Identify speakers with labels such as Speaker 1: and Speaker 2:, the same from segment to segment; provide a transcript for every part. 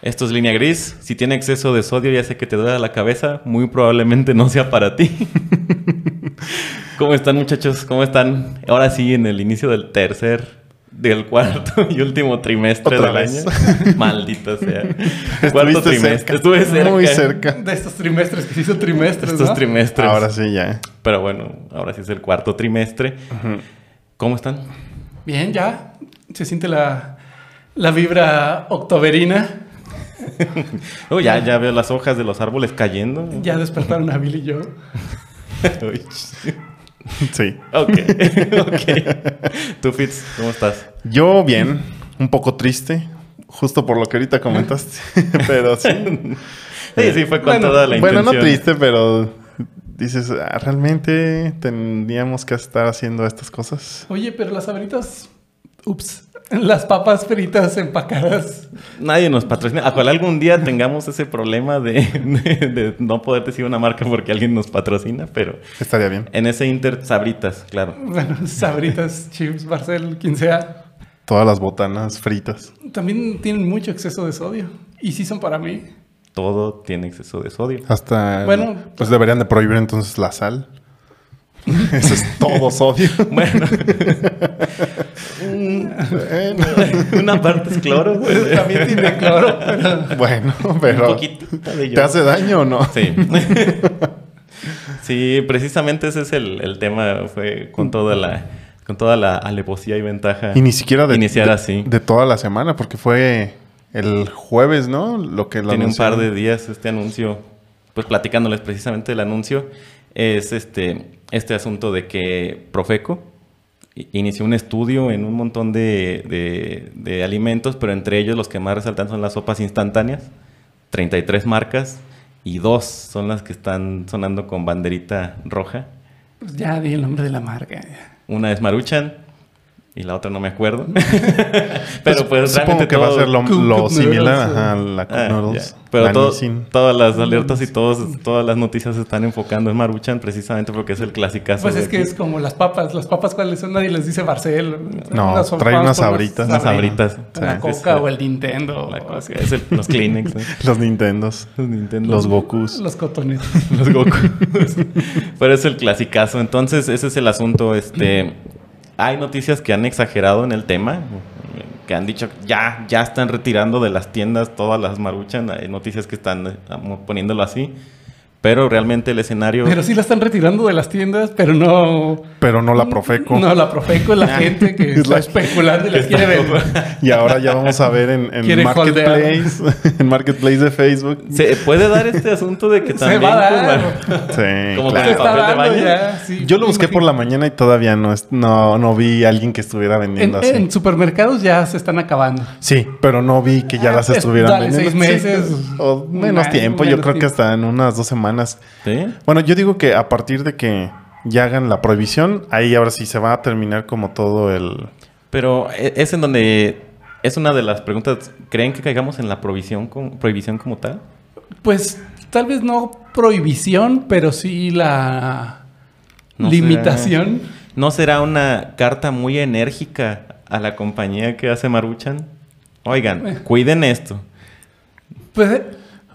Speaker 1: Esto es línea gris. Si tiene exceso de sodio y hace que te duela la cabeza, muy probablemente no sea para ti. ¿Cómo están muchachos? ¿Cómo están? Ahora sí, en el inicio del tercer, del cuarto y último trimestre
Speaker 2: Otra
Speaker 1: del
Speaker 2: vez.
Speaker 1: año. Maldita sea.
Speaker 2: Estuviste cerca.
Speaker 1: Estuve cerca.
Speaker 2: Muy cerca.
Speaker 3: De estos trimestres, que sí son trimestres,
Speaker 1: Estos
Speaker 3: ¿no?
Speaker 1: trimestres.
Speaker 2: Ahora sí, ya.
Speaker 1: Pero bueno, ahora sí es el cuarto trimestre. ¿Cómo están?
Speaker 3: Bien, ya. Se siente la, la vibra octoberina.
Speaker 1: Oh, ya, ya veo las hojas de los árboles cayendo.
Speaker 3: Ya despertaron a Bill y yo.
Speaker 1: Uy.
Speaker 2: Sí.
Speaker 1: ok, ok. Tú, Fitz, ¿cómo estás?
Speaker 2: Yo bien, un poco triste, justo por lo que ahorita comentaste, pero sí.
Speaker 1: Sí, sí, fue con
Speaker 3: Bueno,
Speaker 1: toda la intención.
Speaker 2: Bueno, no triste, pero dices, "Ah, ¿realmente teníamos que estar haciendo estas cosas?
Speaker 3: Oye, pero las abritas. Ups. Las papas fritas empacadas.
Speaker 1: Nadie nos patrocina. Ojalá algún día tengamos ese problema de, de- de no poder decir una marca porque alguien nos patrocina, pero
Speaker 2: Estaría bien.
Speaker 1: en ese inter sabritas, claro.
Speaker 3: Bueno, sabritas, chips, Barcel, quien sea.
Speaker 2: Todas las botanas fritas.
Speaker 3: También tienen mucho exceso de sodio. Y sí son para mí.
Speaker 1: Todo tiene exceso de sodio.
Speaker 2: Hasta...
Speaker 3: Bueno.
Speaker 2: pues deberían de prohibir entonces la sal. Eso es todo sodio.
Speaker 1: Bueno,
Speaker 2: bueno,
Speaker 1: una parte es cloro, pues,
Speaker 3: También tiene cloro, pero
Speaker 2: bueno,
Speaker 1: un
Speaker 2: pero...
Speaker 1: poquitita de
Speaker 2: ¿Te
Speaker 1: yodo.
Speaker 2: hace daño o no?
Speaker 1: Sí. sí, precisamente ese es el, el tema, fue con toda la con toda la alevosía y ventaja.
Speaker 2: Y ni siquiera de,
Speaker 1: Iniciar
Speaker 2: de-
Speaker 1: así.
Speaker 2: de toda la semana, porque fue el jueves, ¿no? Lo que lo
Speaker 1: Tiene un par
Speaker 2: anunciaron.
Speaker 1: de días este anuncio, pues platicándoles precisamente el anuncio, es este, este asunto de que Profeco i- inició un estudio en un montón de, de- de alimentos, pero entre ellos los que más resaltan son las sopas instantáneas, 33 marcas, y dos son las que están sonando con banderita roja.
Speaker 3: pues ya di el nombre de la marca.
Speaker 1: Una es Maruchan y la otra no me acuerdo. pero pues
Speaker 2: Pues Supongo
Speaker 1: realmente
Speaker 2: que va a
Speaker 1: todo-
Speaker 2: ser lo,
Speaker 3: Cup-
Speaker 2: lo
Speaker 3: Cup
Speaker 2: similar
Speaker 3: Noodles,
Speaker 2: ajá, a la Cup
Speaker 1: Ah,
Speaker 2: Noodles.
Speaker 1: ya. Pero
Speaker 2: la
Speaker 1: todo-
Speaker 2: Nissin.
Speaker 1: todas las alertas y todos, todas las noticias se están enfocando en Maruchan precisamente porque es el clasicazo.
Speaker 3: Pues
Speaker 1: de
Speaker 3: es que
Speaker 1: aquí.
Speaker 3: es como las papas. Las papas, ¿cuáles son? Nadie les dice Barcel.
Speaker 2: No,
Speaker 3: Las
Speaker 2: trae
Speaker 3: papas
Speaker 2: unas
Speaker 3: con los
Speaker 2: sabritas.
Speaker 1: Unas sabritas.
Speaker 3: La
Speaker 1: Sí,
Speaker 3: Coca
Speaker 1: sí, sí.
Speaker 3: o el Nintendo.
Speaker 1: La Coca.
Speaker 3: o sea,
Speaker 1: Es el- los Kleenex. ¿eh?
Speaker 2: Los Nintendos.
Speaker 1: Los Nintendo.
Speaker 2: Los Gokus.
Speaker 3: Los cotones.
Speaker 1: Los Goku. Pero es el clasicazo. Entonces, ese es el asunto. Este, hay noticias que han exagerado en el tema. Que han dicho ya, ya están retirando de las tiendas todas las maruchan. Hay noticias que están eh, poniéndolo así. Pero realmente el escenario.
Speaker 3: Pero sí la están retirando de las tiendas, pero no.
Speaker 2: Pero no la Profeco.
Speaker 3: No, la Profeco es la gente que
Speaker 2: Ah. Es
Speaker 3: está
Speaker 2: la-
Speaker 3: especulando y las quiere vender.
Speaker 2: Y ahora ya vamos a ver en, en
Speaker 3: Quiere
Speaker 2: Marketplace. En Marketplace de Facebook.
Speaker 1: Se puede dar este asunto de que
Speaker 3: Se
Speaker 1: también. pues,
Speaker 3: va a
Speaker 1: con
Speaker 3: dar.
Speaker 1: Maru-
Speaker 2: Sí,
Speaker 1: Como
Speaker 3: Se
Speaker 2: claro.
Speaker 3: está
Speaker 1: papel de
Speaker 3: dando
Speaker 1: baño.
Speaker 3: ya. sí.
Speaker 2: Yo lo busqué por la mañana y todavía no, es- no, no vi a alguien que estuviera
Speaker 3: En,
Speaker 2: vendiendo así.
Speaker 3: en supermercados ya se están acabando.
Speaker 2: Sí, pero no vi que ya las
Speaker 3: Es-
Speaker 2: estuvieran
Speaker 3: dale,
Speaker 2: vendiendo.
Speaker 3: seis
Speaker 2: Sí,
Speaker 3: meses.
Speaker 2: o menos
Speaker 3: Nah,
Speaker 2: tiempo, yo
Speaker 3: menos
Speaker 2: creo que
Speaker 3: tiempo.
Speaker 2: hasta en unas dos semanas.
Speaker 1: ¿Sí?
Speaker 2: Bueno, yo digo que a partir de que ya hagan la prohibición, ahí ahora sí se va a terminar como todo el...
Speaker 1: Pero e- es en donde. Es una de las preguntas. ¿Creen que caigamos en la prohibición, con, prohibición como tal?
Speaker 3: Pues tal vez no prohibición, pero sí la
Speaker 1: No sé.
Speaker 3: limitación.
Speaker 1: ¿No será una carta muy enérgica a la compañía que hace Maruchan?
Speaker 3: Eh.
Speaker 1: Oigan, cuiden esto.
Speaker 3: Pues eh,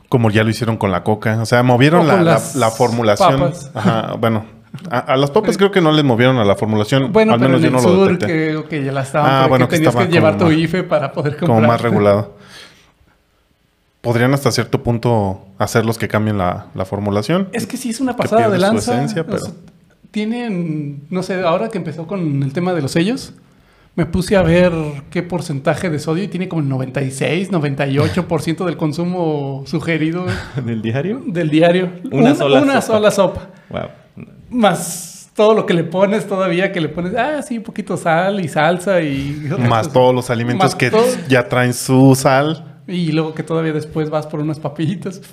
Speaker 2: Como ya lo hicieron con la coca. O sea, movieron
Speaker 3: O
Speaker 2: la,
Speaker 3: con
Speaker 2: la-
Speaker 3: las
Speaker 2: la formulación.
Speaker 3: papas.
Speaker 2: Ajá, bueno. A, a las papas creo que no les movieron a la formulación.
Speaker 3: bueno,
Speaker 2: al
Speaker 3: pero
Speaker 2: menos
Speaker 3: en
Speaker 2: yo
Speaker 3: el
Speaker 2: no lo
Speaker 3: sur
Speaker 2: detecté.
Speaker 3: que, que ya la estaban,
Speaker 2: Ah,
Speaker 3: pero
Speaker 2: bueno,
Speaker 3: que
Speaker 2: que
Speaker 3: tenías que
Speaker 2: estaba
Speaker 3: llevar tu
Speaker 2: como más-
Speaker 3: IFE para poder comprar.
Speaker 2: Como más regulado. Podrían hasta cierto punto hacerlos que cambien la, la formulación.
Speaker 3: Es que sí es una pasada de
Speaker 2: pierde su
Speaker 3: lanza.
Speaker 2: esencia,
Speaker 3: O
Speaker 2: pero-
Speaker 3: sea, tienen, no sé, ahora que empezó con el tema de los sellos, me puse a ver qué porcentaje de sodio y tiene como el 96, 98% del consumo sugerido
Speaker 1: ¿Del diario?
Speaker 3: del diario.
Speaker 1: Una sola
Speaker 3: una
Speaker 1: sopa.
Speaker 3: sola sopa.
Speaker 1: Wow.
Speaker 3: Más todo lo que le pones todavía, que le pones, ah, sí, un poquito sal y salsa y... otras
Speaker 2: Más
Speaker 3: cosas.
Speaker 2: todos los alimentos
Speaker 3: Más
Speaker 2: que
Speaker 3: todo.
Speaker 2: ya traen su sal
Speaker 3: Y luego que todavía después vas por unas papillitas.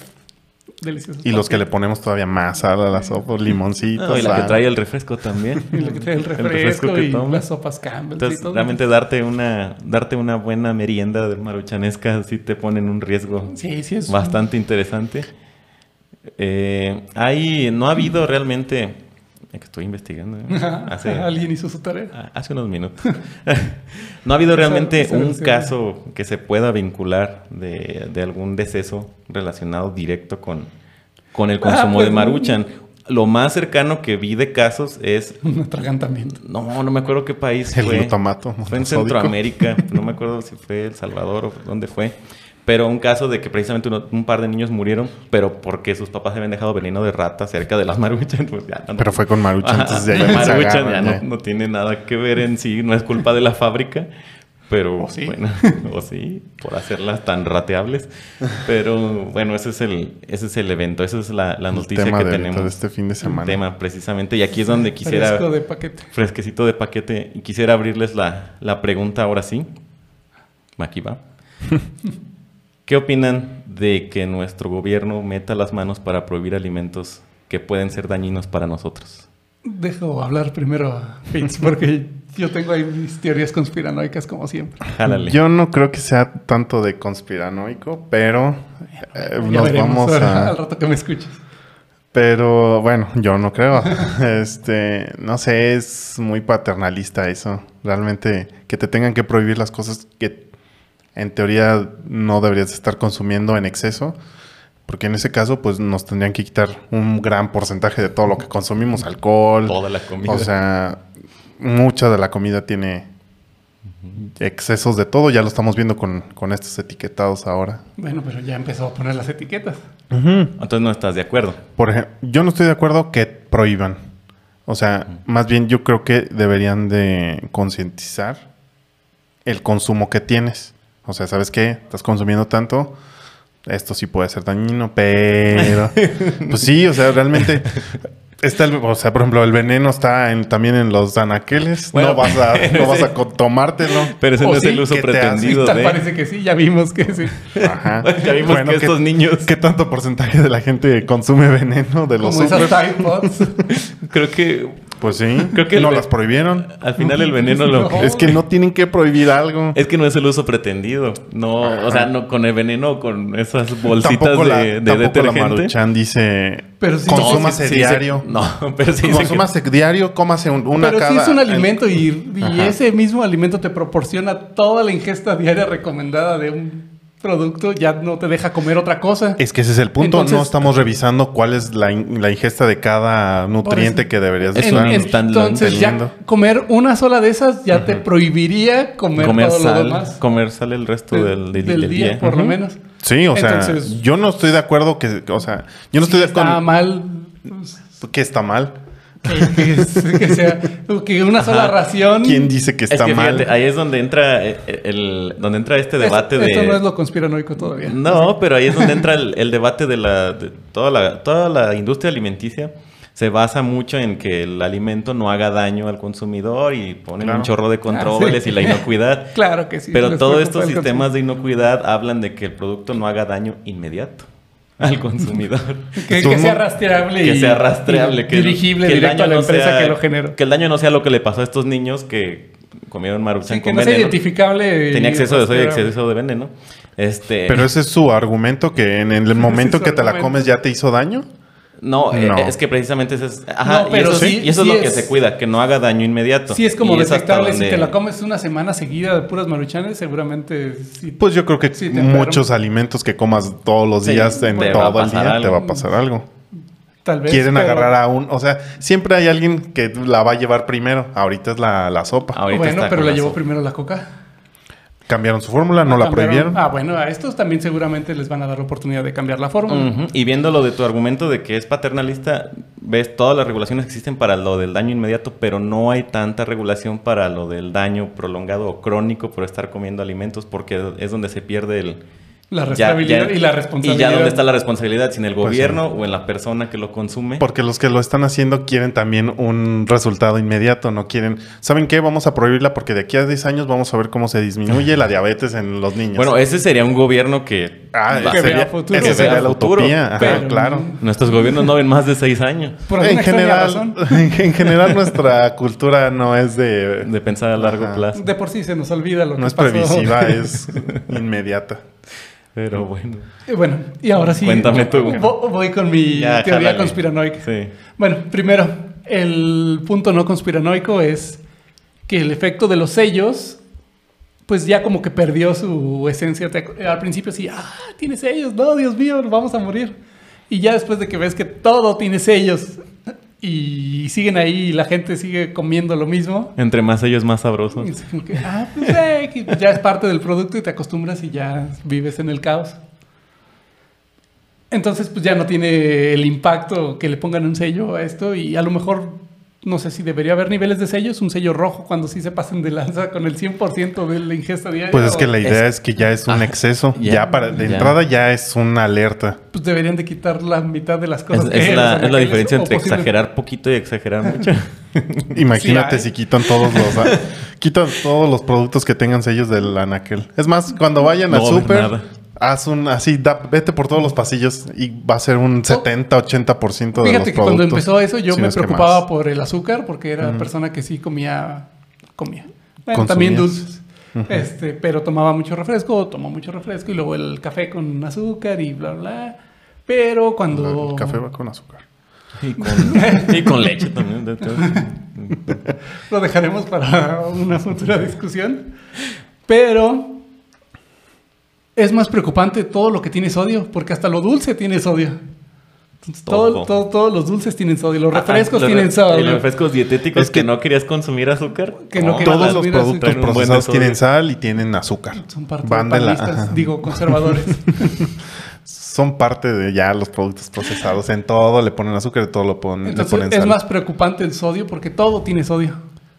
Speaker 3: Deliciosas.
Speaker 2: y los que le ponemos todavía más sal a la sopa, limoncito.
Speaker 1: No, y la que
Speaker 2: sal.
Speaker 1: trae el refresco también.
Speaker 3: Y lo que trae el refresco,
Speaker 1: que
Speaker 3: y
Speaker 1: toma.
Speaker 3: las sopas Campbell.
Speaker 1: Entonces,
Speaker 3: y todo.
Speaker 1: realmente darte una, darte una buena merienda de maruchanesca sí te pone en un riesgo
Speaker 3: Sí, sí es.
Speaker 1: bastante interesante. Eh, hay, no ha habido realmente que estoy investigando. ¿eh? Hace,
Speaker 3: Alguien hizo su tarea.
Speaker 1: a- hace unos minutos. no ha habido
Speaker 3: Eso-
Speaker 1: realmente
Speaker 3: eso
Speaker 1: un
Speaker 3: sí.
Speaker 1: caso que se pueda vincular de, de algún deceso relacionado directo con, con el consumo
Speaker 3: pues,
Speaker 1: de Maruchan. Lo más cercano que vi de casos es.
Speaker 3: Un atragantamiento.
Speaker 1: No, no me acuerdo qué país
Speaker 2: El
Speaker 1: fue. Fue
Speaker 2: glutamato.
Speaker 1: en
Speaker 2: monosódico.
Speaker 1: Centroamérica, no me acuerdo si fue El Salvador o dónde fue, pero un caso de que precisamente uno- un par de niños murieron, pero porque sus papás habían dejado veneno de rata cerca de las maruchan. pues ya no-
Speaker 2: Pero fue con
Speaker 1: Ajá,
Speaker 2: Maruchan, entonces de
Speaker 1: la
Speaker 2: ahí se
Speaker 1: maruchan
Speaker 2: agarran,
Speaker 1: ya
Speaker 2: eh.
Speaker 1: no, no tiene nada que ver en sí, no es culpa de la fábrica, pero
Speaker 3: O sí.
Speaker 1: bueno, o sí, por hacerlas tan rateables, pero bueno, ese es el, ese es el evento, esa es la, la
Speaker 2: El
Speaker 1: noticia
Speaker 2: tema
Speaker 1: que
Speaker 2: de ahorita,
Speaker 1: tenemos.
Speaker 2: de este fin de semana.
Speaker 1: Tema precisamente, y aquí es donde quisiera
Speaker 3: Fresco de paquete.
Speaker 1: fresquecito de paquete y quisiera abrirles la, la pregunta ahora sí. Aquí va. ¿Qué opinan de que nuestro gobierno meta las manos para prohibir alimentos que pueden ser dañinos para nosotros?
Speaker 3: Dejo hablar primero a Fitz porque yo tengo ahí mis teorías conspiranoicas como siempre.
Speaker 1: Jálale.
Speaker 2: Yo no creo que sea tanto de conspiranoico, pero eh,
Speaker 3: Ya
Speaker 2: nos
Speaker 3: veremos
Speaker 2: vamos
Speaker 3: ahora,
Speaker 2: a...
Speaker 3: al rato que me escuches.
Speaker 2: Pero bueno, yo no creo. este, no sé, es muy paternalista eso. Realmente que te tengan que prohibir las cosas que en teoría no deberías estar consumiendo en exceso. Porque en ese caso, pues nos tendrían que quitar un gran porcentaje de todo lo que consumimos, alcohol.
Speaker 1: Toda la comida.
Speaker 2: O sea, mucha de la comida tiene excesos de todo. Ya lo estamos viendo con, con estos etiquetados ahora.
Speaker 3: Bueno, pero ya empezó a poner las etiquetas.
Speaker 1: Entonces no estás de acuerdo.
Speaker 2: Por ejemplo, yo no estoy de acuerdo que prohíban. O sea, más bien yo creo que deberían de concientizar el consumo que tienes. O sea, ¿sabes qué? Estás consumiendo tanto. Esto sí puede ser dañino, pero... pues sí, o sea, realmente... Está el- o sea, por ejemplo, el veneno está en- también en los anaqueles.
Speaker 1: Bueno,
Speaker 2: no vas a, no vas
Speaker 1: sí.
Speaker 2: a co- tomártelo.
Speaker 1: Pero ese
Speaker 3: ¿O
Speaker 1: no es
Speaker 3: sí?
Speaker 1: el uso
Speaker 2: ¿Qué te hace?
Speaker 3: Y
Speaker 1: pretendido
Speaker 3: tal
Speaker 1: de...
Speaker 3: parece que sí, ya vimos que sí.
Speaker 2: Ajá.
Speaker 1: Ya vimos
Speaker 2: Bueno,
Speaker 1: que
Speaker 2: ¿qué-
Speaker 1: estos niños...
Speaker 2: ¿Qué tanto porcentaje de la gente consume veneno de los
Speaker 3: Como esas
Speaker 2: súper?
Speaker 3: Tide Pods.
Speaker 1: Creo que
Speaker 2: Pues sí,
Speaker 1: Creo que
Speaker 2: no
Speaker 1: el-
Speaker 2: las prohibieron.
Speaker 1: al final el veneno lo...
Speaker 3: No.
Speaker 2: Es que no tienen que prohibir algo.
Speaker 1: Es que no es el uso pretendido. No, o sea, no con el veneno, con esas bolsitas
Speaker 2: tampoco
Speaker 1: de,
Speaker 2: la,
Speaker 1: de
Speaker 2: tampoco la
Speaker 1: detergente.
Speaker 2: Maruchan dice
Speaker 3: Pero sí-
Speaker 2: consúmase
Speaker 1: No, sí- sí
Speaker 2: diario.
Speaker 1: se- no, pero sí. se-
Speaker 2: consúmase diario, cómase un- una
Speaker 3: Pero
Speaker 2: cada.
Speaker 3: sí es un alimento y, y
Speaker 2: Ajá.
Speaker 3: ese mismo alimento te proporciona toda la ingesta diaria recomendada de un producto, ya no te deja comer otra cosa.
Speaker 2: Es que ese es el punto.
Speaker 3: Entonces-
Speaker 2: no estamos revisando cuál es la, in- la ingesta de cada nutriente
Speaker 3: eso-
Speaker 2: que deberías de
Speaker 1: Es un
Speaker 2: estar.
Speaker 1: instan- están
Speaker 3: Entonces
Speaker 2: teniendo.
Speaker 3: ya comer una sola de esas ya te prohibiría comer,
Speaker 1: comer
Speaker 3: todo lo
Speaker 1: sal,
Speaker 3: demás
Speaker 1: comer sal el resto
Speaker 3: de-
Speaker 1: del, del-
Speaker 3: del
Speaker 1: del
Speaker 3: día,
Speaker 1: día.
Speaker 3: por lo
Speaker 1: Ujú.
Speaker 3: menos.
Speaker 2: Sí, o sea,
Speaker 3: Entonces-
Speaker 2: yo no estoy de acuerdo que, o sea, yo no estoy de
Speaker 3: Está
Speaker 2: acuerdo
Speaker 3: mal pues,
Speaker 2: que está mal.
Speaker 3: que, que es- que sea que una sola ración.
Speaker 2: ¿Quién dice que
Speaker 1: Es
Speaker 2: está
Speaker 1: que
Speaker 2: mal?
Speaker 1: fíjate, ahí es donde entra eh, el, donde entra este debate
Speaker 3: Esto-
Speaker 1: de
Speaker 3: Esto no es lo conspiranoico todavía.
Speaker 1: No, pero ahí es donde entra el, el debate de la de toda la toda la industria alimenticia se basa mucho en que el alimento no haga daño al consumidor y ponen
Speaker 2: Claro.
Speaker 1: un chorro de controles
Speaker 3: Ah, sí.
Speaker 1: y la inocuidad.
Speaker 3: Claro que sí.
Speaker 1: Pero
Speaker 3: les
Speaker 1: todos
Speaker 3: preocupa
Speaker 1: estos
Speaker 3: el
Speaker 1: sistemas de inocuidad hablan de que el producto no haga daño inmediato al consumidor.
Speaker 3: consumo. que,
Speaker 2: Tú
Speaker 3: que sea
Speaker 2: no-
Speaker 3: rastreable
Speaker 1: que
Speaker 3: y-
Speaker 1: sea rastreable,
Speaker 3: y
Speaker 1: que,
Speaker 3: dirigible
Speaker 1: que el
Speaker 3: directo
Speaker 1: daño
Speaker 3: a la
Speaker 1: no
Speaker 3: empresa
Speaker 1: sea-
Speaker 3: que lo generó.
Speaker 1: Que el daño no sea lo que le pasó a estos niños que comieron maruchan
Speaker 3: Sí, que
Speaker 1: con
Speaker 3: no sea
Speaker 1: veneno.
Speaker 3: identificable. y
Speaker 1: Tenía exceso de sodio y
Speaker 3: rastreable.
Speaker 1: exceso de veneno. Este,
Speaker 2: Pero ese es su argumento que en el
Speaker 3: es
Speaker 2: momento
Speaker 3: su
Speaker 2: que te la
Speaker 3: argumento.
Speaker 2: comes ya te hizo daño.
Speaker 1: no, eh,
Speaker 2: No.
Speaker 1: es que precisamente ese es ajá,
Speaker 3: No, pero
Speaker 1: y eso, sí-
Speaker 3: sí-
Speaker 1: y eso
Speaker 3: sí
Speaker 1: es lo que
Speaker 3: es-
Speaker 1: se cuida, que no haga daño inmediato.
Speaker 3: Si es como
Speaker 1: Y hasta
Speaker 3: detectable, si
Speaker 1: donde-
Speaker 3: te la comes una semana seguida de puras maruchanes, seguramente sí.
Speaker 2: Pues yo creo que
Speaker 3: Sí, te
Speaker 2: muchos alimentos que comas todos los
Speaker 1: Sí,
Speaker 2: días en
Speaker 1: te va a
Speaker 2: todo el
Speaker 1: pasar
Speaker 2: día
Speaker 1: algo.
Speaker 2: te va a pasar algo.
Speaker 3: tal vez.
Speaker 2: Quieren
Speaker 3: pero-
Speaker 2: agarrar a un, o sea, siempre hay alguien que la va a llevar primero. Ahorita es la, la sopa.
Speaker 1: Ahorita
Speaker 3: Bueno,
Speaker 1: está
Speaker 3: pero
Speaker 1: con
Speaker 3: la
Speaker 1: la
Speaker 3: llevó
Speaker 1: sopa.
Speaker 3: primero la coca.
Speaker 2: Cambiaron su fórmula, no la
Speaker 3: Cambiaron-
Speaker 2: prohibieron.
Speaker 3: Ah, bueno, a estos también seguramente les van a dar la oportunidad de cambiar la fórmula.
Speaker 1: Ujú, Y viendo lo de tu argumento de que es paternalista, ves todas las regulaciones que existen para lo del daño inmediato, pero no hay tanta regulación para lo del daño prolongado o crónico por estar comiendo alimentos, porque es donde se pierde el...
Speaker 3: La
Speaker 1: ya-
Speaker 3: rastreabilidad
Speaker 1: ya-
Speaker 3: y la responsabilidad.
Speaker 1: Y ya donde está la responsabilidad, si en el
Speaker 2: Pues
Speaker 1: gobierno o en la persona que lo consume.
Speaker 2: Porque los que lo están haciendo quieren también un resultado inmediato, no quieren, ¿saben qué? Vamos a prohibirla porque de aquí a 10 años vamos a ver cómo se disminuye la diabetes en los niños.
Speaker 1: Bueno, ese sería un gobierno que...
Speaker 2: ah,
Speaker 1: va-
Speaker 3: que
Speaker 2: sería-
Speaker 3: vea futuro.
Speaker 2: esa
Speaker 1: Que
Speaker 2: sería
Speaker 1: vea
Speaker 2: la
Speaker 1: futuro,
Speaker 2: utopía, ajá,
Speaker 3: pero-
Speaker 2: claro.
Speaker 1: Nuestros gobiernos no ven más de seis años
Speaker 3: Por alguna
Speaker 2: En
Speaker 3: extraña
Speaker 2: general,
Speaker 3: razón.
Speaker 2: en general nuestra cultura no es de
Speaker 1: de pensar a largo
Speaker 2: Ajá.
Speaker 1: plazo.
Speaker 3: De por sí se nos olvida lo que
Speaker 2: No es
Speaker 3: pasó.
Speaker 2: previsiva, eh. es inmediata.
Speaker 1: Pero bueno.
Speaker 3: Eh, Bueno, y ahora sí.
Speaker 1: Cuéntame tú.
Speaker 3: vo- Voy con mi
Speaker 1: Ya,
Speaker 3: teoría
Speaker 1: jálale.
Speaker 3: conspiranoica.
Speaker 1: Sí.
Speaker 3: Bueno, primero, el punto no conspiranoico es que el efecto de los sellos, pues ya como que perdió su esencia. Te ac- Al principio sí, ah, tiene sellos, no, Dios mío, nos vamos a morir. Y ya después de que ves que todo tiene sellos y siguen ahí y la gente sigue comiendo lo mismo.
Speaker 1: Entre más ellos, más sabroso.
Speaker 3: y es como que, ah, pues eh, que ya es parte del producto y te acostumbras y ya vives en el caos. Entonces, pues ya no tiene el impacto que le pongan un sello a esto y a lo mejor, no sé si debería haber niveles de sellos, un sello rojo cuando sí se pasen de lanza con el 100% de la ingesta diaria.
Speaker 2: Pues es
Speaker 3: o-
Speaker 2: que la idea es, que ya es un
Speaker 1: Ah,
Speaker 2: exceso.
Speaker 1: ya,
Speaker 2: ya para de
Speaker 1: ya.
Speaker 2: entrada ya es una alerta.
Speaker 3: pues deberían de quitar la mitad de las
Speaker 1: Es,
Speaker 3: cosas. que
Speaker 1: es
Speaker 3: eran,
Speaker 1: la,
Speaker 3: o sea,
Speaker 1: es la
Speaker 3: que
Speaker 1: diferencia
Speaker 3: o
Speaker 1: entre
Speaker 3: posible-
Speaker 1: exagerar poquito y exagerar mucho.
Speaker 2: Imagínate
Speaker 3: Sí hay.
Speaker 2: si quitan todos los ah, quitan todos los productos que tengan sellos del anaquel. Es más, cuando vayan
Speaker 1: No
Speaker 2: al
Speaker 1: va a haber
Speaker 2: súper,
Speaker 1: nada.
Speaker 2: haz un así, da- vete por todos los pasillos y va a ser un 70, 80% de los
Speaker 3: Oh. Fíjate que cuando
Speaker 2: productos,
Speaker 3: empezó eso yo
Speaker 2: si no
Speaker 3: me
Speaker 2: es que más.
Speaker 3: preocupaba por el azúcar porque era persona que sí comía, comía. Bueno,
Speaker 2: Consumía.
Speaker 3: también dulces. Este, pero tomaba mucho refresco, tomó mucho refresco y luego el café con azúcar y bla bla. Pero cuando
Speaker 2: El café va con azúcar.
Speaker 1: Y con, y con leche también. de todo.
Speaker 3: lo dejaremos para una futura discusión, pero es más preocupante todo lo que tiene sodio, porque hasta lo dulce tiene sodio. Entonces, todo-
Speaker 1: Todo.
Speaker 3: todo- todos los dulces tienen sodio, los
Speaker 1: Ah,
Speaker 3: refrescos
Speaker 1: los re-
Speaker 3: tienen sodio.
Speaker 1: y Los refrescos dietéticos
Speaker 2: Es
Speaker 1: que,
Speaker 2: que-
Speaker 1: no querías consumir azúcar.
Speaker 3: Que no querías
Speaker 2: Todos
Speaker 3: las
Speaker 2: los
Speaker 3: miras
Speaker 2: productos
Speaker 1: traen un buen
Speaker 2: procesados
Speaker 1: desorden.
Speaker 2: tienen sal y tienen azúcar.
Speaker 3: Son parte
Speaker 2: Van
Speaker 3: de
Speaker 2: de la-
Speaker 3: panistas,
Speaker 2: ajá.
Speaker 3: digo, conservadores.
Speaker 2: Son parte de ya los productos procesados. En todo le ponen azúcar, en todo lo ponen, le
Speaker 3: Entonces
Speaker 2: ponen
Speaker 3: es
Speaker 2: sal.
Speaker 3: más preocupante el sodio porque todo tiene sodio.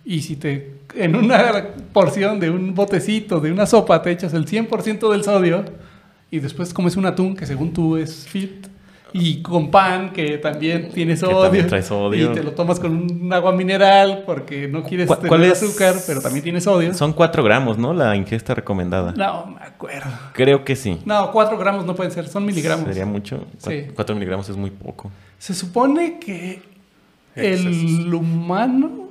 Speaker 3: Y si te en una porción de un botecito, de una sopa, te echas el 100% del sodio y después comes un atún que según tú es fit y con pan que también tiene sodio,
Speaker 1: también trae sodio.
Speaker 3: y te lo tomas con un agua mineral porque no quieres
Speaker 1: ¿Cuál-
Speaker 3: tener
Speaker 1: cuál es?
Speaker 3: azúcar, pero también tiene sodio.
Speaker 1: Son 4 gramos, ¿no? La ingesta recomendada.
Speaker 3: No, me acuerdo.
Speaker 1: Creo que sí.
Speaker 3: No, 4 gramos no pueden ser, son miligramos.
Speaker 1: Sería mucho.
Speaker 3: Sí.
Speaker 1: 4 miligramos es muy poco.
Speaker 3: Se supone que el
Speaker 2: Excesos.
Speaker 3: humano.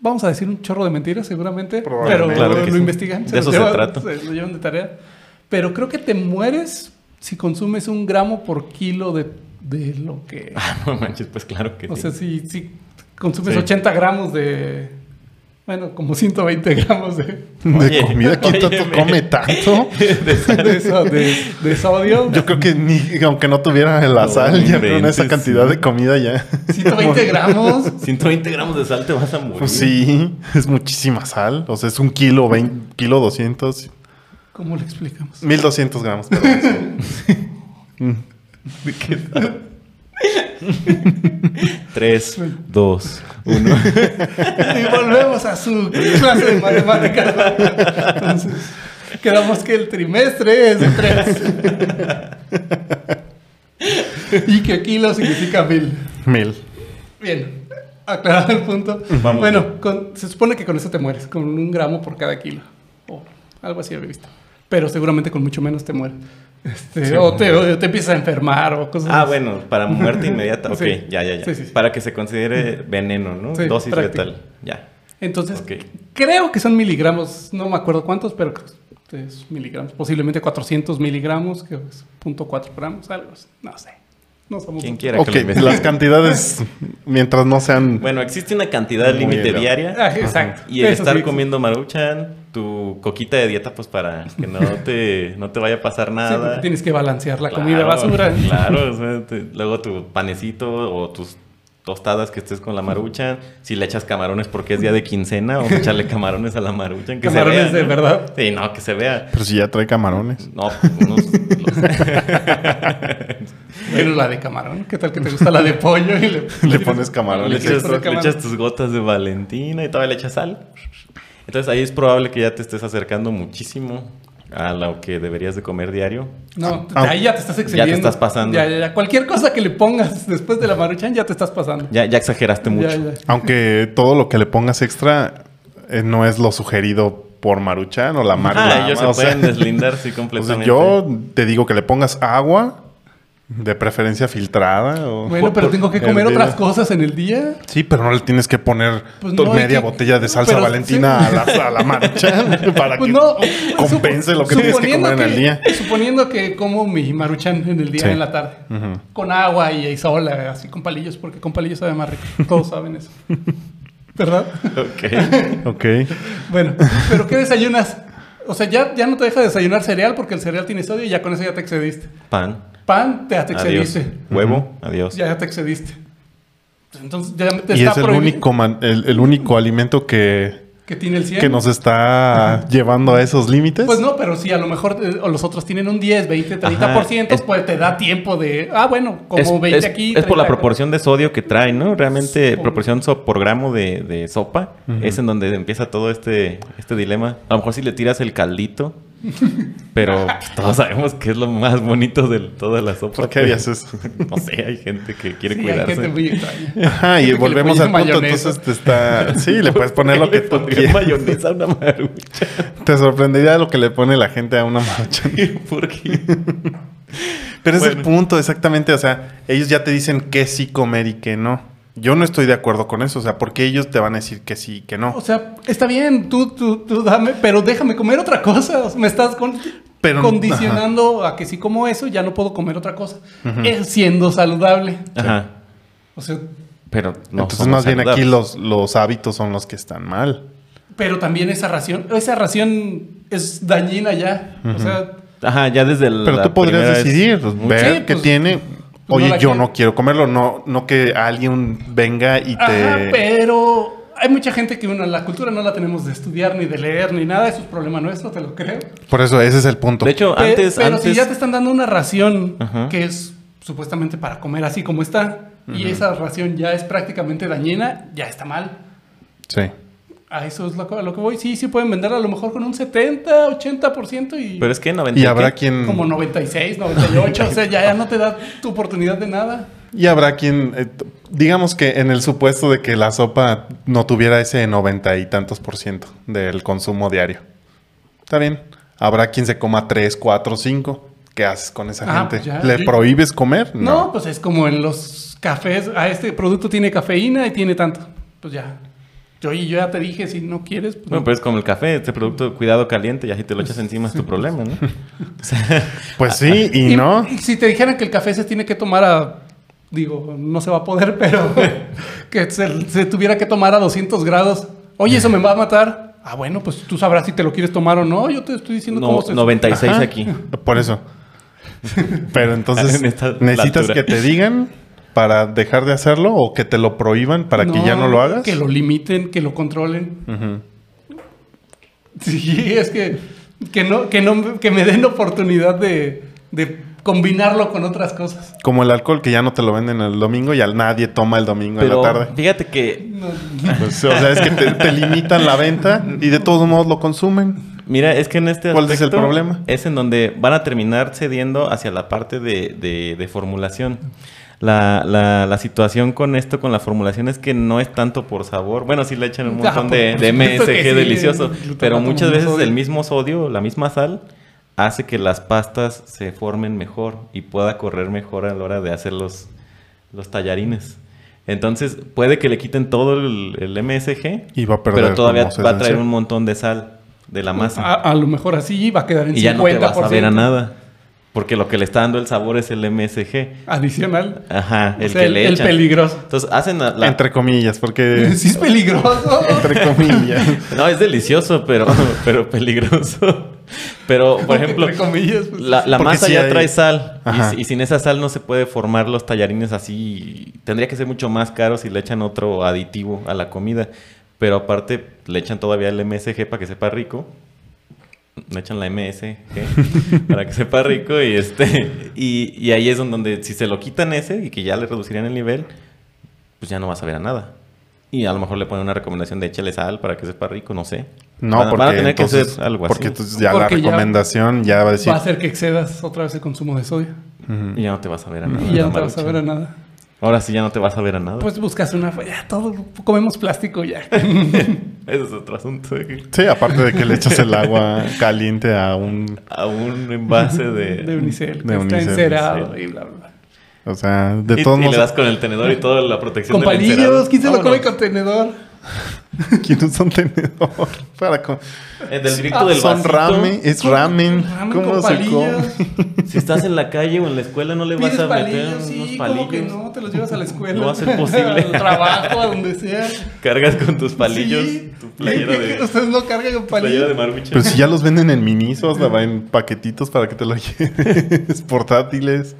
Speaker 3: Vamos a decir un chorro de mentiras, seguramente. Pero
Speaker 2: Probablemente.
Speaker 1: Claro
Speaker 3: lo,
Speaker 1: que
Speaker 3: lo
Speaker 1: sí.
Speaker 3: investigan.
Speaker 1: De
Speaker 3: lo
Speaker 1: eso se
Speaker 3: llevan-
Speaker 1: trata.
Speaker 3: se lo llevan de tarea. Pero creo que te mueres si consumes un gramo por kilo de, de lo que.
Speaker 1: no manches, pues claro que
Speaker 3: o
Speaker 1: sí.
Speaker 3: sea, si, si consumes
Speaker 1: Sí.
Speaker 3: 80 gramos de. Bueno, como 120 gramos de,
Speaker 2: De
Speaker 1: Oye,
Speaker 2: comida, ¿quién tanto
Speaker 1: óyeme.
Speaker 2: come tanto?
Speaker 3: de, eso- de- de sodio.
Speaker 2: Yo creo que ni, aunque no tuviera la
Speaker 1: No,
Speaker 2: sal, ya con
Speaker 1: inventes,
Speaker 2: esa cantidad
Speaker 1: sí.
Speaker 2: de comida ya.
Speaker 3: 120 gramos.
Speaker 1: 120 gramos de sal te vas a morir.
Speaker 2: Pues sí, es muchísima sal. O sea, es un kilo, 20, kilo 200,
Speaker 3: ¿Cómo lo explicamos?
Speaker 2: 1200 gramos. perdón.
Speaker 1: ¿De qué tal? 3, 2, 1.
Speaker 3: Y volvemos a su clase de matemáticas. Entonces, quedamos que el trimestre es de tres. y que kilo significa mil.
Speaker 2: Mil.
Speaker 3: Bien, aclarado el punto.
Speaker 1: Vamos.
Speaker 3: Bueno, con- se supone que con eso te mueres, con un gramo por cada kilo. O algo así había visto. Pero seguramente con mucho menos te mueres. Este,
Speaker 1: Sí.
Speaker 3: o, te, o te empiezas a enfermar o cosas
Speaker 1: Ah,
Speaker 3: así.
Speaker 1: bueno, para muerte inmediata. Ok,
Speaker 3: Sí.
Speaker 1: ya, ya, ya.
Speaker 3: Sí, sí, sí.
Speaker 1: Para que se considere veneno, ¿no?
Speaker 3: Sí,
Speaker 1: Dosis
Speaker 3: práctico.
Speaker 1: letal. Ya.
Speaker 3: Entonces,
Speaker 1: Ok.
Speaker 3: creo que son miligramos, no me acuerdo cuántos, pero es miligramos, posiblemente 400 miligramos, que es 0.4 gramos, algo así, no sé. No somos
Speaker 1: Quien
Speaker 3: doctores.
Speaker 1: quiera
Speaker 2: Ok,
Speaker 1: que lo investigue.
Speaker 2: las cantidades, mientras no sean...
Speaker 1: Bueno, existe una cantidad
Speaker 2: Muy
Speaker 1: límite
Speaker 2: elevado.
Speaker 1: diaria.
Speaker 3: Ah, exacto.
Speaker 1: Y el
Speaker 3: Eso
Speaker 1: estar
Speaker 3: sí,
Speaker 1: comiendo maruchan, tu coquita de dieta, pues para que no te, no te vaya a pasar
Speaker 3: sí, porque
Speaker 1: nada.
Speaker 3: tienes que balancear la
Speaker 1: Claro,
Speaker 3: comida basura.
Speaker 1: Claro, o sea, te- luego tu panecito o tus tostadas que estés con la maruchan. Si le echas camarones porque es día de quincena, o echarle camarones a la maruchan. Que
Speaker 3: Camarones
Speaker 1: se vea,
Speaker 3: de
Speaker 1: ¿no?
Speaker 3: verdad.
Speaker 1: Sí, no, que se vea.
Speaker 2: Pero si pues ya trae camarones.
Speaker 1: No, unos-
Speaker 3: Bueno, la de camarón, ¿qué tal que te gusta la de pollo? Y le,
Speaker 2: Le pones
Speaker 1: Bueno, le,
Speaker 2: camarones.
Speaker 1: echas,
Speaker 3: extra de
Speaker 1: le
Speaker 3: camarón.
Speaker 1: echas tus gotas de Valentina y todavía le echas sal. Entonces ahí es probable que ya te estés acercando muchísimo a lo que deberías de comer diario.
Speaker 3: No,
Speaker 2: Ah,
Speaker 3: ahí ya te estás excediendo.
Speaker 1: estás pasando.
Speaker 3: Ya, ya, ya. Cualquier cosa que le pongas después de la maruchan, ya te estás pasando.
Speaker 1: Ya, ya exageraste mucho.
Speaker 3: Ya, ya.
Speaker 2: Aunque todo lo que le pongas extra eh, no es lo sugerido por Maruchan o la
Speaker 1: Ah,
Speaker 2: marca.
Speaker 1: ellos se
Speaker 2: o sea,
Speaker 1: pueden deslindar sí
Speaker 2: o sea,
Speaker 1: completamente.
Speaker 2: yo te digo que le pongas agua De preferencia filtrada. O...
Speaker 3: Bueno, pero tengo que comer
Speaker 2: hervida.
Speaker 3: otras cosas en el día.
Speaker 2: Sí, pero no le tienes que poner
Speaker 3: Pues
Speaker 2: to-
Speaker 3: no, hay
Speaker 2: media
Speaker 3: que-
Speaker 2: botella de salsa
Speaker 3: pero-
Speaker 2: valentina a, la, a la marcha para que
Speaker 3: Pues no,
Speaker 2: compense
Speaker 3: supo-
Speaker 2: lo que tienes que
Speaker 3: suponiendo
Speaker 2: comer en el
Speaker 3: que-
Speaker 2: día.
Speaker 3: Suponiendo que como mi maruchan en el día
Speaker 2: Sí.
Speaker 3: y en la tarde.
Speaker 2: Ujú.
Speaker 3: Con agua y, y sola, así con palillos, porque con palillos sabe más rico. Todos saben eso. ¿Verdad?
Speaker 1: Ok.
Speaker 2: Ok.
Speaker 3: Bueno, pero ¿qué desayunas? O sea, ya, ya no te deja desayunar cereal porque el cereal tiene sodio y ya con eso ya te excediste.
Speaker 1: Pan.
Speaker 3: Pan, te, ya te
Speaker 1: Adiós.
Speaker 3: excediste.
Speaker 1: Huevo. Adiós.
Speaker 3: Ya, ya te excediste. Pues Entonces ya te
Speaker 2: Y
Speaker 3: está
Speaker 2: es el
Speaker 3: prohibi-
Speaker 2: único, man- el, el único alimento que,
Speaker 3: que tiene el 100.
Speaker 2: que nos está llevando a esos límites.
Speaker 3: Pues no, pero sí, a lo mejor eh, o los otros tienen un 10, 20, 30%,
Speaker 1: Ajá, es-
Speaker 3: pues te da tiempo de, ah, bueno, como
Speaker 1: Es,
Speaker 3: 20
Speaker 1: es-
Speaker 3: aquí.
Speaker 1: es por la
Speaker 3: 30 acá.
Speaker 1: proporción de sodio que trae, ¿no? Realmente,
Speaker 3: Por-
Speaker 1: proporción so- por gramo de, de sopa es en donde empieza todo este, este dilema. A lo mejor si le tiras el caldito, pero pues, todos sabemos que es lo más bonito de toda la sopa.
Speaker 2: ¿Por qué harías eso?
Speaker 1: No sé, hay gente que quiere
Speaker 3: Sí,
Speaker 1: cuidarse.
Speaker 3: hay gente muy extraña.
Speaker 2: Ajá,
Speaker 3: Gente que
Speaker 2: y
Speaker 3: le
Speaker 2: volvemos
Speaker 3: pone
Speaker 2: al punto.
Speaker 3: mayonesa.
Speaker 2: Entonces te está. Sí, le puedes poner lo
Speaker 1: ¿Por qué
Speaker 2: que
Speaker 1: le
Speaker 2: tú
Speaker 1: pondrías
Speaker 2: quieras.
Speaker 1: mayonesa a una marucha.
Speaker 2: Te sorprendería lo que le pone la gente a una marcha.
Speaker 1: ¿Por qué?
Speaker 2: Pero es el
Speaker 1: Bueno.
Speaker 2: punto, exactamente. O sea, ellos ya te dicen qué sí comer y qué no. Yo no estoy de acuerdo con eso. O sea, porque ellos te van a decir que sí y que
Speaker 3: O
Speaker 2: no.
Speaker 3: sea, está bien, tú, tú, tú dame, pero déjame comer otra cosa. O sea, me estás con-
Speaker 2: Pero-
Speaker 3: condicionando a que si como eso ya no puedo comer otra cosa, eh, siendo saludable.
Speaker 1: Ajá.
Speaker 3: O sea,
Speaker 1: Pero no
Speaker 2: Entonces,
Speaker 1: somos
Speaker 2: más bien aquí
Speaker 1: saludables.
Speaker 2: los, los hábitos son los que están mal.
Speaker 3: pero también esa ración, esa ración es dañina ya. O sea,
Speaker 1: Ajá, ya desde el.
Speaker 2: Pero tú podrías decidir, ver
Speaker 3: Sí,
Speaker 2: qué
Speaker 3: pues,
Speaker 2: tiene.
Speaker 3: no
Speaker 2: Oye,
Speaker 3: la
Speaker 2: yo
Speaker 3: quiero.
Speaker 2: no quiero comerlo. No, no que alguien venga y te.
Speaker 1: Este,
Speaker 3: ajá, pero hay mucha gente que uno, la cultura no la tenemos de estudiar ni de leer ni nada, eso es problema nuestro, te lo creo.
Speaker 2: Por eso, ese es el punto.
Speaker 1: De hecho,
Speaker 3: Pe-
Speaker 1: antes.
Speaker 3: pero si
Speaker 1: antes-
Speaker 3: ya te están dando una ración
Speaker 1: Ajá.
Speaker 3: que es supuestamente para comer así como está, y esa ración ya es prácticamente dañina, ya está mal.
Speaker 2: sí.
Speaker 3: A eso es lo, que- a lo que voy. Sí, sí pueden vender a lo mejor con un 70, 80% y
Speaker 1: Pero es que mm. 90.
Speaker 2: Y habrá quien.
Speaker 3: como 96, 98. o sea, ya, ya no te da tu oportunidad de nada.
Speaker 2: Y habrá quien, eh, t- digamos que en el supuesto de que la sopa no tuviera ese noventa y tantos por ciento del consumo diario. Está bien. Habrá quien se coma tres, cuatro, cinco. ¿Qué haces con esa
Speaker 3: Ah,
Speaker 2: gente?
Speaker 3: pues ya.
Speaker 2: ¿Le
Speaker 3: Y-
Speaker 2: prohíbes comer?
Speaker 3: No.
Speaker 2: No.
Speaker 3: pues es como en los cafés. A este producto tiene cafeína y tiene tanto. Pues ya. Yo, y yo ya te dije, si no quieres, pues
Speaker 1: Bueno,
Speaker 3: no.
Speaker 1: pero es como el café, este producto cuidado caliente, ya si te lo echas encima es tu problema, ¿no? O sea,
Speaker 2: Pues sí, y no.
Speaker 3: ah, y si te dijeran que el café se tiene que tomar a. Digo, no se va a poder, pero. que se, se tuviera que tomar a 200 grados. Oye, eso me va a matar. Ah, bueno, pues tú sabrás si te lo quieres tomar o no. Yo te estoy diciendo
Speaker 1: no,
Speaker 3: cómo se.
Speaker 1: 96
Speaker 2: Ajá.
Speaker 1: aquí.
Speaker 2: Por eso. Pero entonces,
Speaker 1: En esta- la
Speaker 2: ¿necesitas
Speaker 1: altura.
Speaker 2: que te digan para dejar de hacerlo o que te lo prohíban para que ya no lo hagas?
Speaker 3: Que lo limiten, que lo controlen.
Speaker 2: Ujú.
Speaker 3: Sí, es que. Que no, que no, que me den oportunidad de, de combinarlo con otras cosas.
Speaker 2: Como el alcohol que ya no te lo venden el domingo y al nadie toma el domingo
Speaker 1: Pero
Speaker 2: en la tarde.
Speaker 1: fíjate que,
Speaker 3: No,
Speaker 2: Pues, o sea, es que te, te limitan la venta y de todos modos lo consumen.
Speaker 1: mira, es que en este
Speaker 2: ¿Cuál es el problema?
Speaker 1: Es en donde van a terminar cediendo hacia la parte de, de- de formulación. La, la- la situación con esto, con la formulación, es que no es tanto por sabor. Bueno, sí le echan un
Speaker 3: Ah,
Speaker 1: montón
Speaker 3: por
Speaker 1: de, de
Speaker 3: supuesto que
Speaker 1: MSG
Speaker 3: sí,
Speaker 1: delicioso,
Speaker 3: glutamato
Speaker 1: pero muchas veces
Speaker 3: monosódico.
Speaker 1: el mismo sodio, la misma sal, hace que las pastas se formen mejor y pueda correr mejor a la hora de hacer los, los tallarines. Entonces, puede que le quiten todo el, el MSG,
Speaker 2: Y va a perder
Speaker 1: pero todavía
Speaker 2: como su
Speaker 1: va a traer
Speaker 2: esencia.
Speaker 1: un montón de sal de la masa
Speaker 3: A, a lo mejor así va a quedar en
Speaker 1: y
Speaker 3: 50%.
Speaker 1: ya no te vas a ver a nada. Porque lo que le está dando el sabor es el MSG.
Speaker 3: Adicional.
Speaker 1: Ajá, el
Speaker 3: O sea,
Speaker 1: que le
Speaker 3: el
Speaker 1: echan.
Speaker 3: peligroso.
Speaker 1: Entonces hacen la... la-
Speaker 2: Entre comillas, porque.
Speaker 3: Sí es peligroso.
Speaker 2: entre comillas.
Speaker 1: No, es delicioso, pero, pero peligroso. Pero, por ejemplo,
Speaker 3: Entre comillas, pues.
Speaker 1: la, la
Speaker 2: Porque
Speaker 1: masa
Speaker 2: sí
Speaker 1: ya
Speaker 2: hay-
Speaker 1: trae sal. y
Speaker 2: Ajá.
Speaker 1: si- Y, sin esa sal no se puede formar los tallarines así. Tendría que ser mucho más caro si le echan otro aditivo a la comida. Pero aparte le echan todavía el MSG para que sepa rico. Le echan la MSG para que sepa rico. Y este y, y ahí es en donde si se lo quitan ese y que ya le reducirían el nivel, pues ya no vas a ver a nada. Y a lo mejor le ponen una recomendación de échale sal para que sepa rico, no sé.
Speaker 2: No,
Speaker 1: van, a-
Speaker 2: porque.
Speaker 1: van a tener que
Speaker 2: entonces-
Speaker 1: hacer algo así.
Speaker 2: Porque entonces ya
Speaker 3: Porque
Speaker 2: la
Speaker 3: ya-
Speaker 2: recomendación ya, va a decir.
Speaker 3: Va a hacer que excedas otra vez el consumo de sodio.
Speaker 1: Y ya no te vas a ver a nada.
Speaker 3: Y Mm. ya
Speaker 1: la
Speaker 3: no te vas a
Speaker 1: marucha.
Speaker 3: ver a nada.
Speaker 1: Ahora sí ya no te vas a ver a nada.
Speaker 3: Pues buscas una. Ya todo comemos plástico ya.
Speaker 1: Ese es otro asunto. ¿eh?
Speaker 2: Sí, aparte de que le echas el agua caliente a un.
Speaker 1: A un envase de...
Speaker 3: de Unicel.
Speaker 2: De
Speaker 3: que está
Speaker 2: Unicel,
Speaker 3: encerado y bla, bla. bla.
Speaker 2: O sea, de
Speaker 1: y,
Speaker 2: todos
Speaker 1: y
Speaker 2: modos,
Speaker 1: le das con el tenedor y toda la protección
Speaker 3: Con
Speaker 1: del
Speaker 3: palillos,
Speaker 1: encerado.
Speaker 3: ¿quién se lo come
Speaker 1: Vámonos.
Speaker 3: con tenedor?
Speaker 2: ¿quién usa un tenedor? Para co-
Speaker 1: Eh, Del grito del
Speaker 2: Ah, Son
Speaker 1: vasito.
Speaker 2: ramen, es
Speaker 3: Con-
Speaker 2: ramen.
Speaker 3: ramen
Speaker 2: ¿Cómo
Speaker 3: con
Speaker 2: se
Speaker 3: palillos.
Speaker 2: come?
Speaker 1: Si estás en la calle o en la escuela, no le vas
Speaker 3: Pides
Speaker 1: a meter
Speaker 3: palillos, sí,
Speaker 1: unos
Speaker 3: ¿cómo
Speaker 1: palillos.
Speaker 3: que no? Te los llevas a la escuela.
Speaker 1: No va a ser posible.
Speaker 3: al trabajo, a donde sea.
Speaker 1: Cargas con tus palillos
Speaker 3: Sí.
Speaker 1: tu playera de, tu
Speaker 3: Ustedes no cargan con
Speaker 1: playera de
Speaker 3: palillos.
Speaker 1: Marmichan.
Speaker 2: Pero Pues si ya los venden en minisos, la va en paquetitos para que te lo lleves, portátiles.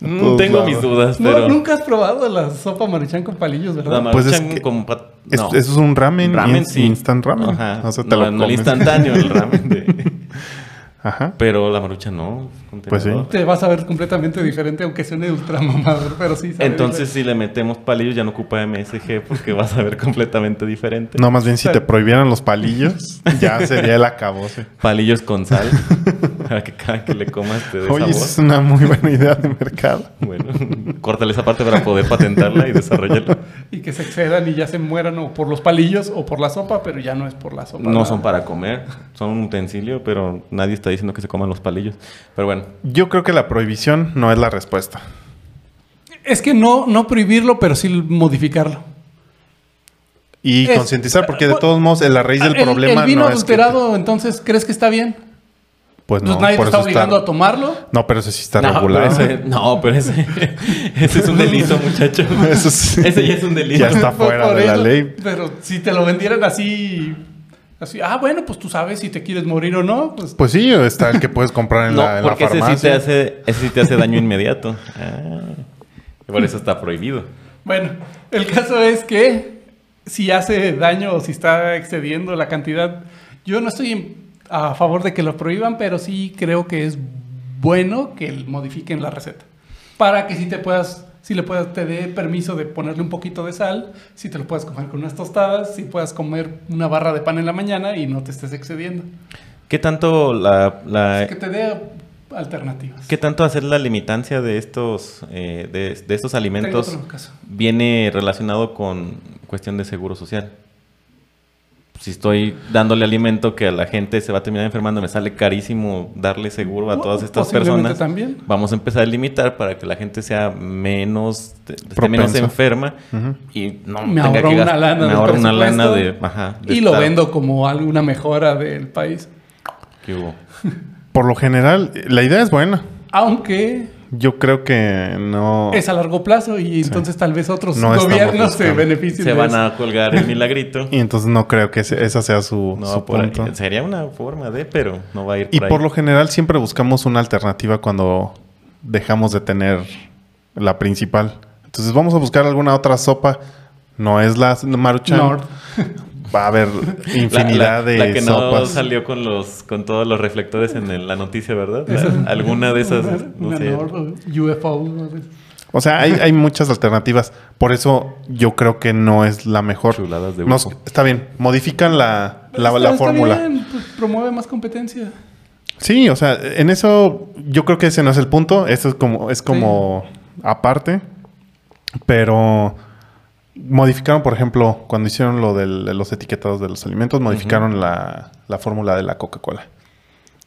Speaker 1: Mm,
Speaker 2: todos
Speaker 1: tengo
Speaker 2: lados.
Speaker 1: mis dudas,
Speaker 3: No,
Speaker 1: pero.
Speaker 3: nunca has probado la sopa maruchan con palillos,
Speaker 1: La
Speaker 3: ¿verdad?
Speaker 2: Pues es
Speaker 1: Maruchan
Speaker 2: que-
Speaker 1: con pat-
Speaker 2: Es-
Speaker 1: no.
Speaker 2: Eso es un ramen,
Speaker 1: Ramen,
Speaker 2: in-
Speaker 1: sí.
Speaker 2: instant ramen.
Speaker 1: Ajá.
Speaker 2: O sea, te
Speaker 1: no,
Speaker 2: lo
Speaker 1: no el
Speaker 2: comes.
Speaker 1: instantáneo, el ramen. de-
Speaker 2: Ajá.
Speaker 1: Pero la marucha no. con
Speaker 2: Pues sí.
Speaker 1: tenedor.
Speaker 3: Te vas a ver completamente diferente, aunque suene ultramamador, pero sí. sabe
Speaker 1: Entonces, si le metemos palillos, ya no ocupa MSG porque vas a ver completamente diferente.
Speaker 2: No, más bien si
Speaker 3: Pero-
Speaker 2: te prohibieran los palillos, ya sería el acabose.
Speaker 1: Palillos con sal. para que cada que le comas te dé
Speaker 2: Oye, esa
Speaker 1: sabor.
Speaker 2: es una muy buena idea de mercado.
Speaker 1: Bueno, córtale esa parte para poder patentarla y desarrollarla.
Speaker 3: diferente. Y que se excedan y ya se mueran o por los palillos o por la sopa, pero ya no es por la sopa.
Speaker 1: No son para comer, son un utensilio, pero nadie está diciendo que se coman los palillos. Pero bueno,
Speaker 2: Yo creo que la prohibición no es la respuesta.
Speaker 3: Es que no, no prohibirlo, pero sí modificarlo.
Speaker 2: Y
Speaker 3: Es-
Speaker 2: concientizar, porque de
Speaker 3: pues-
Speaker 2: todos modos, la raíz del
Speaker 3: El-
Speaker 2: problema
Speaker 3: el vino
Speaker 2: no es. que-
Speaker 3: adulterado, entonces, ¿crees que está bien?
Speaker 2: Pues no,
Speaker 3: Pues nadie te
Speaker 2: por
Speaker 3: está
Speaker 2: eso está-
Speaker 3: obligando a tomarlo.
Speaker 2: No, pero eso sí está
Speaker 1: no, pero
Speaker 2: regulado.
Speaker 1: ese, no, pero ese, ese es un delito, muchacho.
Speaker 2: Eso sí.
Speaker 1: Ese ya es un delito.
Speaker 2: Ya está
Speaker 3: Fue
Speaker 2: fuera
Speaker 3: por
Speaker 2: de la
Speaker 3: eso.
Speaker 2: ley.
Speaker 3: Pero si te lo vendieran así, así, ah, bueno, pues tú sabes si te quieres morir o no. Pues,
Speaker 2: Pues sí, está el que puedes comprar en,
Speaker 1: No,
Speaker 2: la, en la
Speaker 1: porque ese
Speaker 2: farmacia.
Speaker 1: sí, te hace, ese sí te hace daño inmediato. Ah, por eso está prohibido.
Speaker 3: bueno, el caso es que si hace daño o si está excediendo la cantidad, yo no estoy en- a favor de que lo prohíban, pero sí creo que es bueno que el- modifiquen la receta para que si te puedas si le puedas te dé permiso de ponerle un poquito de sal, si te lo puedas comer con unas tostadas, si puedas comer una barra de pan en la mañana y no te estés excediendo.
Speaker 1: ¿Qué tanto la, la-
Speaker 3: que te dé alternativas.
Speaker 1: qué tanto hacer la limitancia de estos eh, de, de estos
Speaker 3: Tengo
Speaker 1: alimentos
Speaker 3: otro caso.
Speaker 1: viene relacionado con cuestión de seguro social? Si estoy dándole alimento que a la gente se va a terminar enfermando, me sale carísimo darle seguro a todas estas
Speaker 3: Oh, Posiblemente
Speaker 1: personas.
Speaker 3: también.
Speaker 1: Vamos a empezar a limitar para que la gente sea menos, esté menos
Speaker 2: Propensa.
Speaker 1: enferma
Speaker 2: Ujú.
Speaker 1: y no
Speaker 3: Me
Speaker 1: tenga
Speaker 3: ahorro
Speaker 1: que
Speaker 3: una
Speaker 1: gastar-
Speaker 3: lana
Speaker 1: me
Speaker 3: del
Speaker 1: ahorro una lana de,
Speaker 3: presupuesto
Speaker 1: ajá, de
Speaker 3: Y lo
Speaker 1: estar-
Speaker 3: vendo como alguna mejora del país.
Speaker 1: ¿Qué hubo?
Speaker 2: Por lo general, eh, la idea es buena.
Speaker 3: Aunque
Speaker 2: Yo creo que no.
Speaker 3: es a largo plazo y entonces tal vez otros
Speaker 2: No estamos
Speaker 3: gobiernos se
Speaker 2: buscando.
Speaker 3: beneficien
Speaker 1: Se
Speaker 3: de
Speaker 1: van
Speaker 3: eso.
Speaker 1: a colgar el milagrito.
Speaker 2: Y entonces no creo que se- esa sea su,
Speaker 1: No
Speaker 2: su
Speaker 1: va por ahí.
Speaker 2: punto.
Speaker 1: Sería una forma de, pero no va a ir por
Speaker 2: Y
Speaker 1: ahí.
Speaker 2: por lo general siempre buscamos una alternativa cuando dejamos de tener la principal. Entonces vamos a buscar alguna otra sopa. No es la maruchan.
Speaker 3: Nord.
Speaker 2: Va a haber
Speaker 1: La- la-
Speaker 2: infinidad de
Speaker 1: la que no
Speaker 2: sopas.
Speaker 1: salió con los con todos los reflectores en el- la noticia, ¿verdad? La-
Speaker 3: Esa-
Speaker 1: alguna de esas,
Speaker 3: Una,
Speaker 1: no
Speaker 3: una
Speaker 1: sé.
Speaker 3: Nord, o UFO. no sé.
Speaker 2: O sea, hay, hay muchas alternativas. Por eso yo creo que no es la mejor.
Speaker 1: Chuladas de
Speaker 2: Nos-
Speaker 1: bufo.
Speaker 2: está bien, modifican la, la-
Speaker 3: Está-
Speaker 2: la
Speaker 3: está
Speaker 2: fórmula.
Speaker 3: bien, pues, promueve más competencia.
Speaker 2: Sí, o sea, en eso yo creo que ese no es el punto. Esto es como, es como aparte. Pero modificaron, por ejemplo, cuando hicieron lo del- de los etiquetados de los alimentos, modificaron la, la fórmula de la Coca-Cola.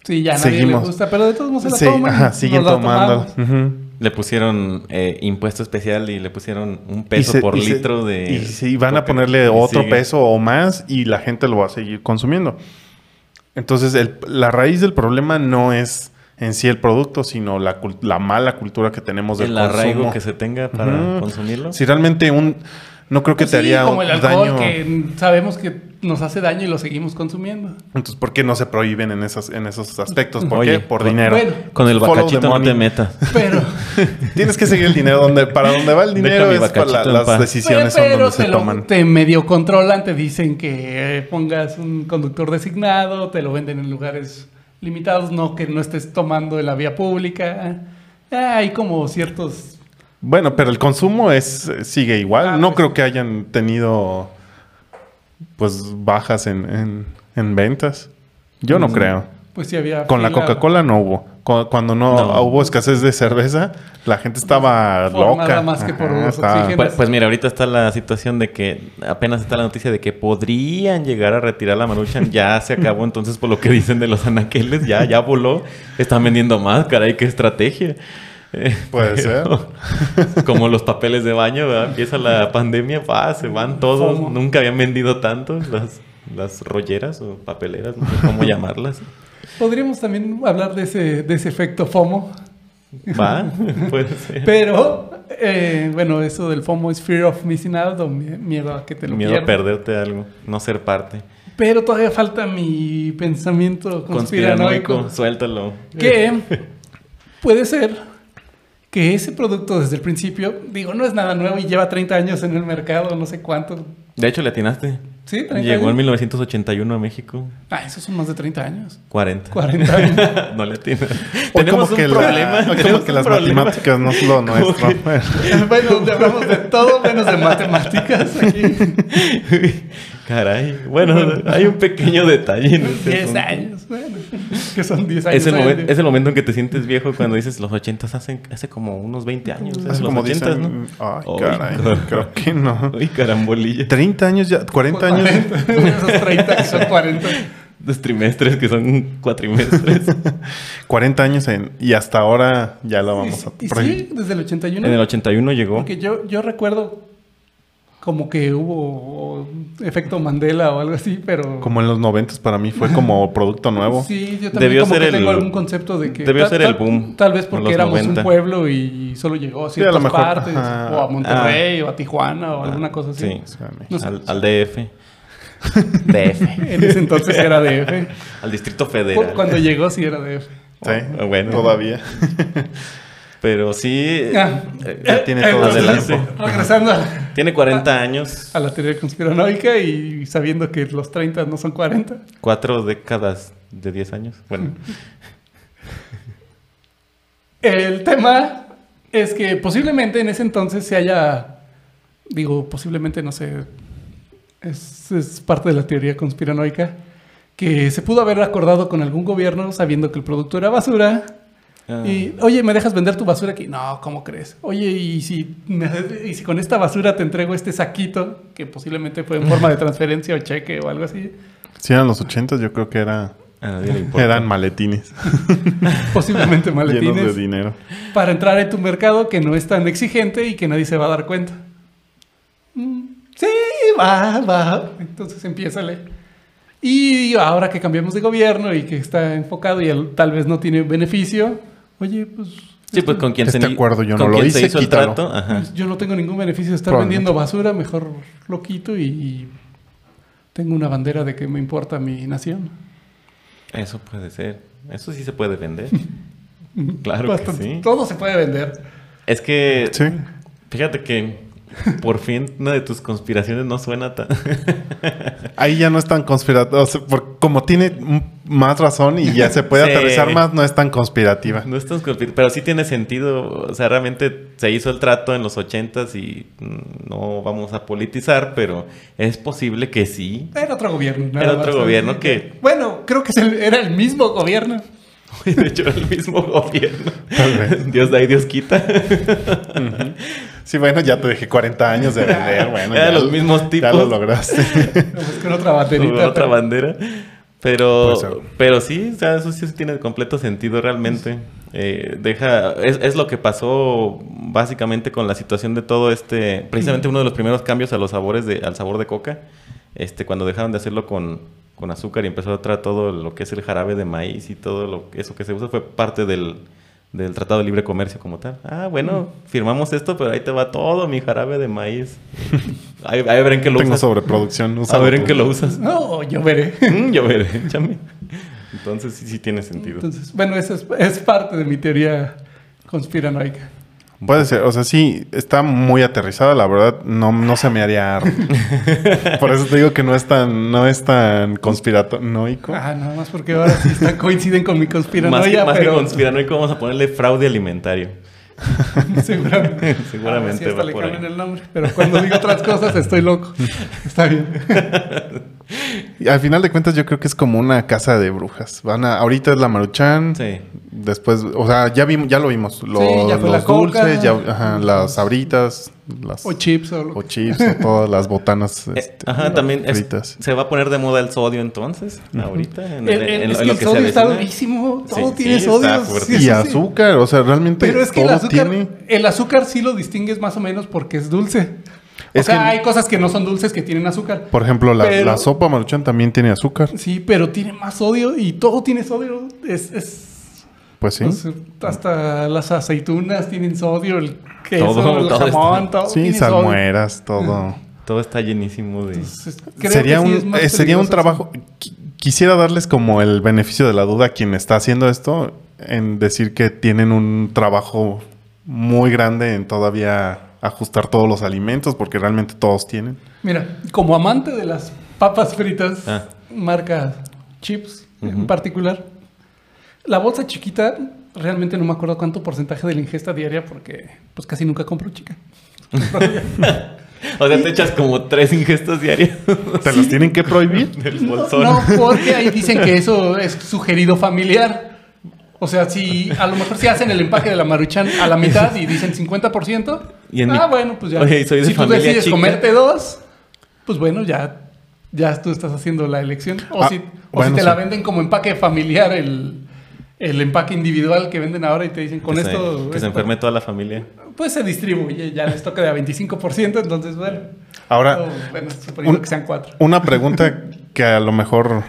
Speaker 3: Sí, ya a nadie le
Speaker 2: Seguimos.
Speaker 3: gusta, pero de todos modos se la
Speaker 2: Sí,
Speaker 3: toman.
Speaker 2: ajá,
Speaker 3: nos
Speaker 2: siguen
Speaker 3: la
Speaker 2: tomando.
Speaker 3: tomamos.
Speaker 2: Ujú.
Speaker 1: Le pusieron eh, impuesto especial y le pusieron un
Speaker 2: Y
Speaker 1: peso
Speaker 2: se-
Speaker 1: por
Speaker 2: y se-
Speaker 1: litro de.
Speaker 2: Y si van a
Speaker 1: coca-
Speaker 2: ponerle
Speaker 1: y
Speaker 2: otro
Speaker 1: sigue.
Speaker 2: peso o más y la gente lo va a seguir consumiendo. Entonces, el- la raíz del problema no es en sí el producto, sino la, cul- la mala cultura que tenemos del
Speaker 1: El arraigo
Speaker 2: pues, consumo.
Speaker 1: que se tenga para
Speaker 2: Ujú.
Speaker 1: consumirlo.
Speaker 2: Si realmente un... No creo que
Speaker 3: Pues
Speaker 2: te
Speaker 3: sí,
Speaker 2: haría
Speaker 3: como el
Speaker 2: un
Speaker 3: alcohol
Speaker 2: daño.
Speaker 3: que sabemos que nos hace daño y lo seguimos consumiendo.
Speaker 2: Entonces, ¿por qué no se prohíben en, esas, en esos aspectos? ¿Por
Speaker 1: Oye,
Speaker 2: qué? Por
Speaker 1: con-
Speaker 2: dinero.
Speaker 3: bueno.
Speaker 1: Con el
Speaker 2: Follow the
Speaker 1: bacachito no
Speaker 2: money.
Speaker 1: te metas.
Speaker 3: Pero,
Speaker 2: Tienes que seguir el dinero. Donde, para donde va el
Speaker 1: Deja
Speaker 2: dinero
Speaker 1: mi
Speaker 2: es para la-
Speaker 1: bacachito en
Speaker 2: las
Speaker 1: paz.
Speaker 2: decisiones son
Speaker 3: pero
Speaker 2: donde
Speaker 3: te,
Speaker 2: se
Speaker 3: lo-
Speaker 2: toman.
Speaker 3: te medio controlan, te dicen que eh, pongas un conductor designado, te lo venden en lugares limitados, no que no estés tomando de la vía pública. Ah, hay como ciertos...
Speaker 2: Bueno, pero el consumo es sigue igual.
Speaker 3: Ah,
Speaker 2: no
Speaker 3: pues
Speaker 2: creo
Speaker 3: sí.
Speaker 2: que hayan tenido pues bajas en, en- en ventas. Yo no
Speaker 1: Mm.
Speaker 2: creo.
Speaker 3: Pues sí había...
Speaker 2: Con la
Speaker 3: fila-
Speaker 2: Coca-Cola no hubo. Cu- Cuando no,
Speaker 1: No.
Speaker 2: hubo escasez de cerveza, la gente estaba
Speaker 3: Formada
Speaker 2: loca.
Speaker 3: más que Pues, por los
Speaker 2: estaba-
Speaker 3: oxígenos.
Speaker 1: Pues, pues mira, ahorita está la situación de que apenas está la noticia de que podrían llegar a retirar la Maruchan. Ya se acabó, entonces, por lo que dicen de los anaqueles, ya, ya voló. Están vendiendo más, caray, qué estrategia. Eh,
Speaker 2: Puede
Speaker 1: pero- Como los papeles de baño, ¿verdad? Empieza la pandemia, pa, se van todos.
Speaker 3: FOMO.
Speaker 1: Nunca habían vendido tanto las, las rolleras o papeleras, no sé cómo llamarlas.
Speaker 3: Podríamos también hablar de ese, de ese efecto FOMO,
Speaker 1: Va, puede ser.
Speaker 3: pero eh, bueno, eso del FOMO es fear of missing out o mi- miedo a que te lo
Speaker 1: Miedo a
Speaker 3: pierdas.
Speaker 1: perderte algo, no ser parte.
Speaker 3: Pero todavía falta mi pensamiento
Speaker 1: Conspiranoico,
Speaker 3: conspiranoico.
Speaker 1: suéltalo.
Speaker 3: Que puede ser que ese producto desde el principio, digo, no es nada nuevo y lleva 30 años en el mercado, no sé cuánto.
Speaker 1: De hecho, le atinaste.
Speaker 3: Sí, 30
Speaker 1: Llegó en
Speaker 3: años.
Speaker 1: 1981 a México.
Speaker 3: Ah, esos son más de 30 años.
Speaker 1: 40.
Speaker 3: 40 años.
Speaker 1: no le atinas.
Speaker 2: Hoy
Speaker 1: Tenemos un
Speaker 2: que la-
Speaker 1: problema.
Speaker 2: hoy como
Speaker 1: tenemos
Speaker 2: que
Speaker 1: un
Speaker 2: las
Speaker 1: problema.
Speaker 2: matemáticas no es lo nuestro.
Speaker 3: bueno, le hablamos de todo menos de matemáticas aquí.
Speaker 1: Caray. Bueno, hay un pequeño detalle en este
Speaker 3: 10
Speaker 1: asunto.
Speaker 3: años, bueno. Que son 10 años.
Speaker 1: Es el,
Speaker 3: ¿eh?
Speaker 1: momen- es el momento en que te sientes viejo cuando dices los 80 hace, hace como unos 20 años.
Speaker 2: Hace
Speaker 1: Hace los
Speaker 2: como
Speaker 1: 80
Speaker 2: dicen, Ay,
Speaker 1: Ay,
Speaker 2: caray.
Speaker 1: caray.
Speaker 2: creo que no.
Speaker 1: ¿no? Uy, carambolilla.
Speaker 2: 30 años ya, 40 años.
Speaker 3: Esos 30 que son 40.
Speaker 1: Los trimestres que son cuatrimestres.
Speaker 2: 40 años en, y hasta ahora ya lo vamos a
Speaker 3: Y, y
Speaker 2: prohibir.
Speaker 3: sí, desde el 81.
Speaker 1: en el 81 llegó.
Speaker 3: Porque yo, yo recuerdo como que hubo efecto Mandela o algo así, pero...
Speaker 2: Como en los 90 para mí fue como producto nuevo.
Speaker 3: Sí, yo también
Speaker 1: Debió
Speaker 3: como
Speaker 1: ser
Speaker 3: que
Speaker 1: el-
Speaker 3: tengo algún concepto de que...
Speaker 1: debió
Speaker 3: tal-
Speaker 1: ser el
Speaker 3: tal-
Speaker 1: boom
Speaker 3: Tal vez
Speaker 1: en
Speaker 3: porque
Speaker 1: los
Speaker 3: éramos
Speaker 1: 90.
Speaker 3: un pueblo y solo llegó a
Speaker 2: Sí, a lo
Speaker 3: ciertas
Speaker 2: mejor,
Speaker 3: partes,
Speaker 2: ajá.
Speaker 3: o a Monterrey, o a Tijuana, o alguna cosa así.
Speaker 1: Ah. Sí.
Speaker 2: Exactamente.
Speaker 3: No sé.
Speaker 1: Al, al DF. DF.
Speaker 3: En ese entonces era DF.
Speaker 1: Al Distrito
Speaker 3: Cu-
Speaker 1: Federal.
Speaker 3: Cuando llegó sí era DF.
Speaker 2: Sí,
Speaker 1: Ah, bueno.
Speaker 2: todavía.
Speaker 1: Pero sí.
Speaker 3: Ah.
Speaker 1: eh,
Speaker 2: Ya tiene todo
Speaker 1: el
Speaker 3: Entonces,
Speaker 1: tiempo.
Speaker 3: Regresando a,
Speaker 1: Tiene 40 años.
Speaker 3: a la teoría conspiranoica y sabiendo que los 30 no son 40.
Speaker 1: Cuatro décadas de 10 años. Bueno,
Speaker 3: El tema es que posiblemente en ese entonces se haya, digo, posiblemente, no sé, es, es parte de la teoría conspiranoica, que se pudo haber acordado con algún gobierno sabiendo que el producto era basura.
Speaker 1: ah,
Speaker 3: Y, oye, ¿me dejas vender tu basura aquí? No, ¿cómo crees? Oye, ¿y si, me- y si con esta basura te entrego este saquito, que posiblemente fue en forma de transferencia o cheque o algo así?
Speaker 2: Si eran los 80 yo creo que era,
Speaker 1: a nadie le importa.
Speaker 2: eran maletines,
Speaker 3: Posiblemente
Speaker 2: llenos
Speaker 3: maletines.
Speaker 2: de dinero.
Speaker 3: para entrar en tu mercado que no es tan exigente y que nadie se va a dar cuenta. Mm, Sí, va, va. Entonces empiézale. Y ahora que cambiamos de gobierno y que está enfocado y el- tal vez no tiene beneficio, oye, pues,
Speaker 1: Sí, pues con quien
Speaker 2: Este
Speaker 1: li-
Speaker 2: acuerdo yo
Speaker 1: con
Speaker 2: no lo
Speaker 1: quien se
Speaker 2: hice,
Speaker 1: hizo el
Speaker 2: quítalo.
Speaker 1: trato. Ajá.
Speaker 3: pues yo no tengo ningún beneficio de estar
Speaker 2: Probablemente.
Speaker 3: vendiendo basura, mejor lo quito y, y tengo una bandera de que me importa mi nación.
Speaker 1: Eso puede ser. Eso sí se puede vender. Claro que
Speaker 3: Bastante-
Speaker 1: sí.
Speaker 3: Todo se puede vender.
Speaker 1: Es que
Speaker 2: Sí.
Speaker 1: fíjate que por fin una de tus conspiraciones no suena tan.
Speaker 2: Ahí ya no es tan conspirativa. como tiene m- más razón y ya se puede
Speaker 1: Sí.
Speaker 2: aterrizar más, no es tan conspirativa.
Speaker 1: no es tan conspir- pero sí tiene sentido. O sea, realmente se hizo el trato en los 80s y mm, no vamos a politizar, pero es posible que sí.
Speaker 3: Era otro gobierno. nada
Speaker 1: Era otro
Speaker 3: más.
Speaker 1: gobierno que-
Speaker 3: Bueno, creo que es el- era el mismo gobierno.
Speaker 1: De hecho, era el mismo gobierno.
Speaker 2: Tal vez.
Speaker 1: Dios da y Dios quita.
Speaker 2: Sí, bueno, ya te dejé 40 años de vender. Bueno,
Speaker 1: Eran
Speaker 2: ya-
Speaker 1: los mismos
Speaker 2: Ya lo
Speaker 1: tipos.
Speaker 2: lograste.
Speaker 3: No, pues con otra
Speaker 1: Con
Speaker 3: baterita.
Speaker 1: otra bandera. Pero,
Speaker 2: Puede ser.
Speaker 1: pero sí, o sea, eso sí tiene completo sentido realmente. Eh, deja, es, es lo que pasó básicamente con la situación de todo este, precisamente uno de los primeros cambios a los sabores de, al sabor de coca, este, cuando dejaron de hacerlo con, con azúcar y empezó a tratar todo lo que es el jarabe de maíz y todo lo, eso que se usa, fue parte del, del Tratado de Libre Comercio como tal. Ah, bueno, firmamos esto, pero ahí te va todo mi jarabe de maíz. ahí, ahí verán que lo
Speaker 2: Tengo
Speaker 1: usas.
Speaker 2: sobreproducción.
Speaker 1: A
Speaker 2: úsalo
Speaker 1: ver en
Speaker 2: tú.
Speaker 1: qué lo usas.
Speaker 3: pues, No, yo veré.
Speaker 1: Mm, yo veré, échame. Entonces sí, sí tiene sentido.
Speaker 3: Entonces, bueno, esa es, es parte de mi teoría conspiranoica.
Speaker 2: Puede ser, o sea, sí, está muy aterrizada, la verdad, no, no se me haría ar- Por eso te digo que no es tan, no es tan conspiranoico.
Speaker 3: Ah, nada más porque ahora sí están- coinciden con mi
Speaker 1: más que,
Speaker 3: conspiranoia,
Speaker 1: más que
Speaker 3: pero
Speaker 1: conspiranoico vamos a ponerle fraude alimentario.
Speaker 3: seguramente.
Speaker 1: Seguramente
Speaker 3: Ahora Ah, sí hasta
Speaker 1: va
Speaker 3: le
Speaker 1: por
Speaker 3: cambian
Speaker 1: ahí.
Speaker 3: el nombre, pero cuando digo otras cosas estoy loco. Está bien.
Speaker 2: Y al final de cuentas yo creo que es como una casa de brujas. Van a, ahorita es la Maruchan,
Speaker 1: Sí. Eh,
Speaker 2: después, o sea, ya vimos, ya lo vimos. Los,
Speaker 3: ya fue la
Speaker 2: los dulces,
Speaker 3: coca.
Speaker 2: ya, ajá, las sabritas, las
Speaker 3: O chips o lo
Speaker 2: o chips, o todas las botanas.
Speaker 1: Eh,
Speaker 2: este,
Speaker 1: Ajá, también es-
Speaker 2: fritas.
Speaker 1: se va a poner de moda el sodio entonces, ahorita. En, en-
Speaker 3: El- el-
Speaker 1: en lo-
Speaker 3: es que
Speaker 1: en lo
Speaker 3: el
Speaker 1: que se
Speaker 3: sodio está
Speaker 1: avecina.
Speaker 3: durísimo. Todo
Speaker 1: Sí,
Speaker 3: tiene
Speaker 1: sí,
Speaker 3: sodio.
Speaker 1: está
Speaker 3: sí,
Speaker 1: fuerte.
Speaker 3: sí,
Speaker 2: Y
Speaker 3: sí.
Speaker 2: azúcar, o sea, realmente
Speaker 3: Pero es que el
Speaker 2: todo
Speaker 3: azúcar,
Speaker 2: tiene.
Speaker 3: el azúcar sí lo distingues más o menos porque es dulce.
Speaker 2: Es
Speaker 3: o sea,
Speaker 2: que-
Speaker 3: hay cosas que no son dulces que tienen azúcar.
Speaker 2: Por ejemplo, la,
Speaker 3: Pero-
Speaker 2: la sopa maruchan también tiene azúcar.
Speaker 3: Sí, pero tiene más sodio y todo tiene sodio. Es, es-
Speaker 2: Pues sí.
Speaker 3: o sea, hasta las aceitunas tienen sodio, el queso,
Speaker 1: Todo,
Speaker 3: el
Speaker 1: todo
Speaker 3: jamón,
Speaker 1: está-
Speaker 3: todo
Speaker 2: sí,
Speaker 3: tiene sodio.
Speaker 2: salmueras, todo.
Speaker 1: Todo está llenísimo de...
Speaker 3: Entonces, creo
Speaker 2: sería
Speaker 3: que sí
Speaker 2: un,
Speaker 3: es más
Speaker 2: eh, sería un
Speaker 3: peligroso.
Speaker 2: trabajo. qui- Quisiera darles como el beneficio de la duda a quien está haciendo esto en decir que tienen un trabajo muy grande en todavía ajustar todos los alimentos, porque realmente todos tienen.
Speaker 3: Mira, como amante de las papas fritas,
Speaker 1: Ah.
Speaker 3: marca chips en particular, la bolsa chiquita realmente no me acuerdo cuánto porcentaje de la ingesta diaria porque pues casi nunca compro chica.
Speaker 1: O sea, te echas como tres ingestas diarias
Speaker 2: ¿Te los tienen que prohibir?
Speaker 1: del
Speaker 3: No,
Speaker 1: bolsón.
Speaker 3: no, porque ahí dicen que eso es sugerido familiar. O sea, si a lo mejor si hacen el empaque de la maruchan a la mitad y dicen 50%,
Speaker 1: Y en mi-
Speaker 3: ah, bueno, pues ya.
Speaker 1: Oye, y soy de
Speaker 3: si tú
Speaker 1: familia
Speaker 3: decides
Speaker 1: chica.
Speaker 3: comerte dos, pues bueno, ya, ya tú estás haciendo la elección. O,
Speaker 2: Ah,
Speaker 3: si, o
Speaker 2: bueno,
Speaker 3: si te
Speaker 2: sí.
Speaker 3: la venden como empaque familiar, el, el empaque individual que venden ahora y te dicen con
Speaker 1: que
Speaker 3: esto.
Speaker 1: Se, que se
Speaker 3: esto-
Speaker 1: enferme toda la familia.
Speaker 3: Pues se distribuye, ya les toca de a 25%, entonces bueno.
Speaker 1: Ah,
Speaker 2: Ahora,
Speaker 3: O, bueno, suponiendo
Speaker 2: un-
Speaker 3: que sean cuatro.
Speaker 2: una pregunta que a lo mejor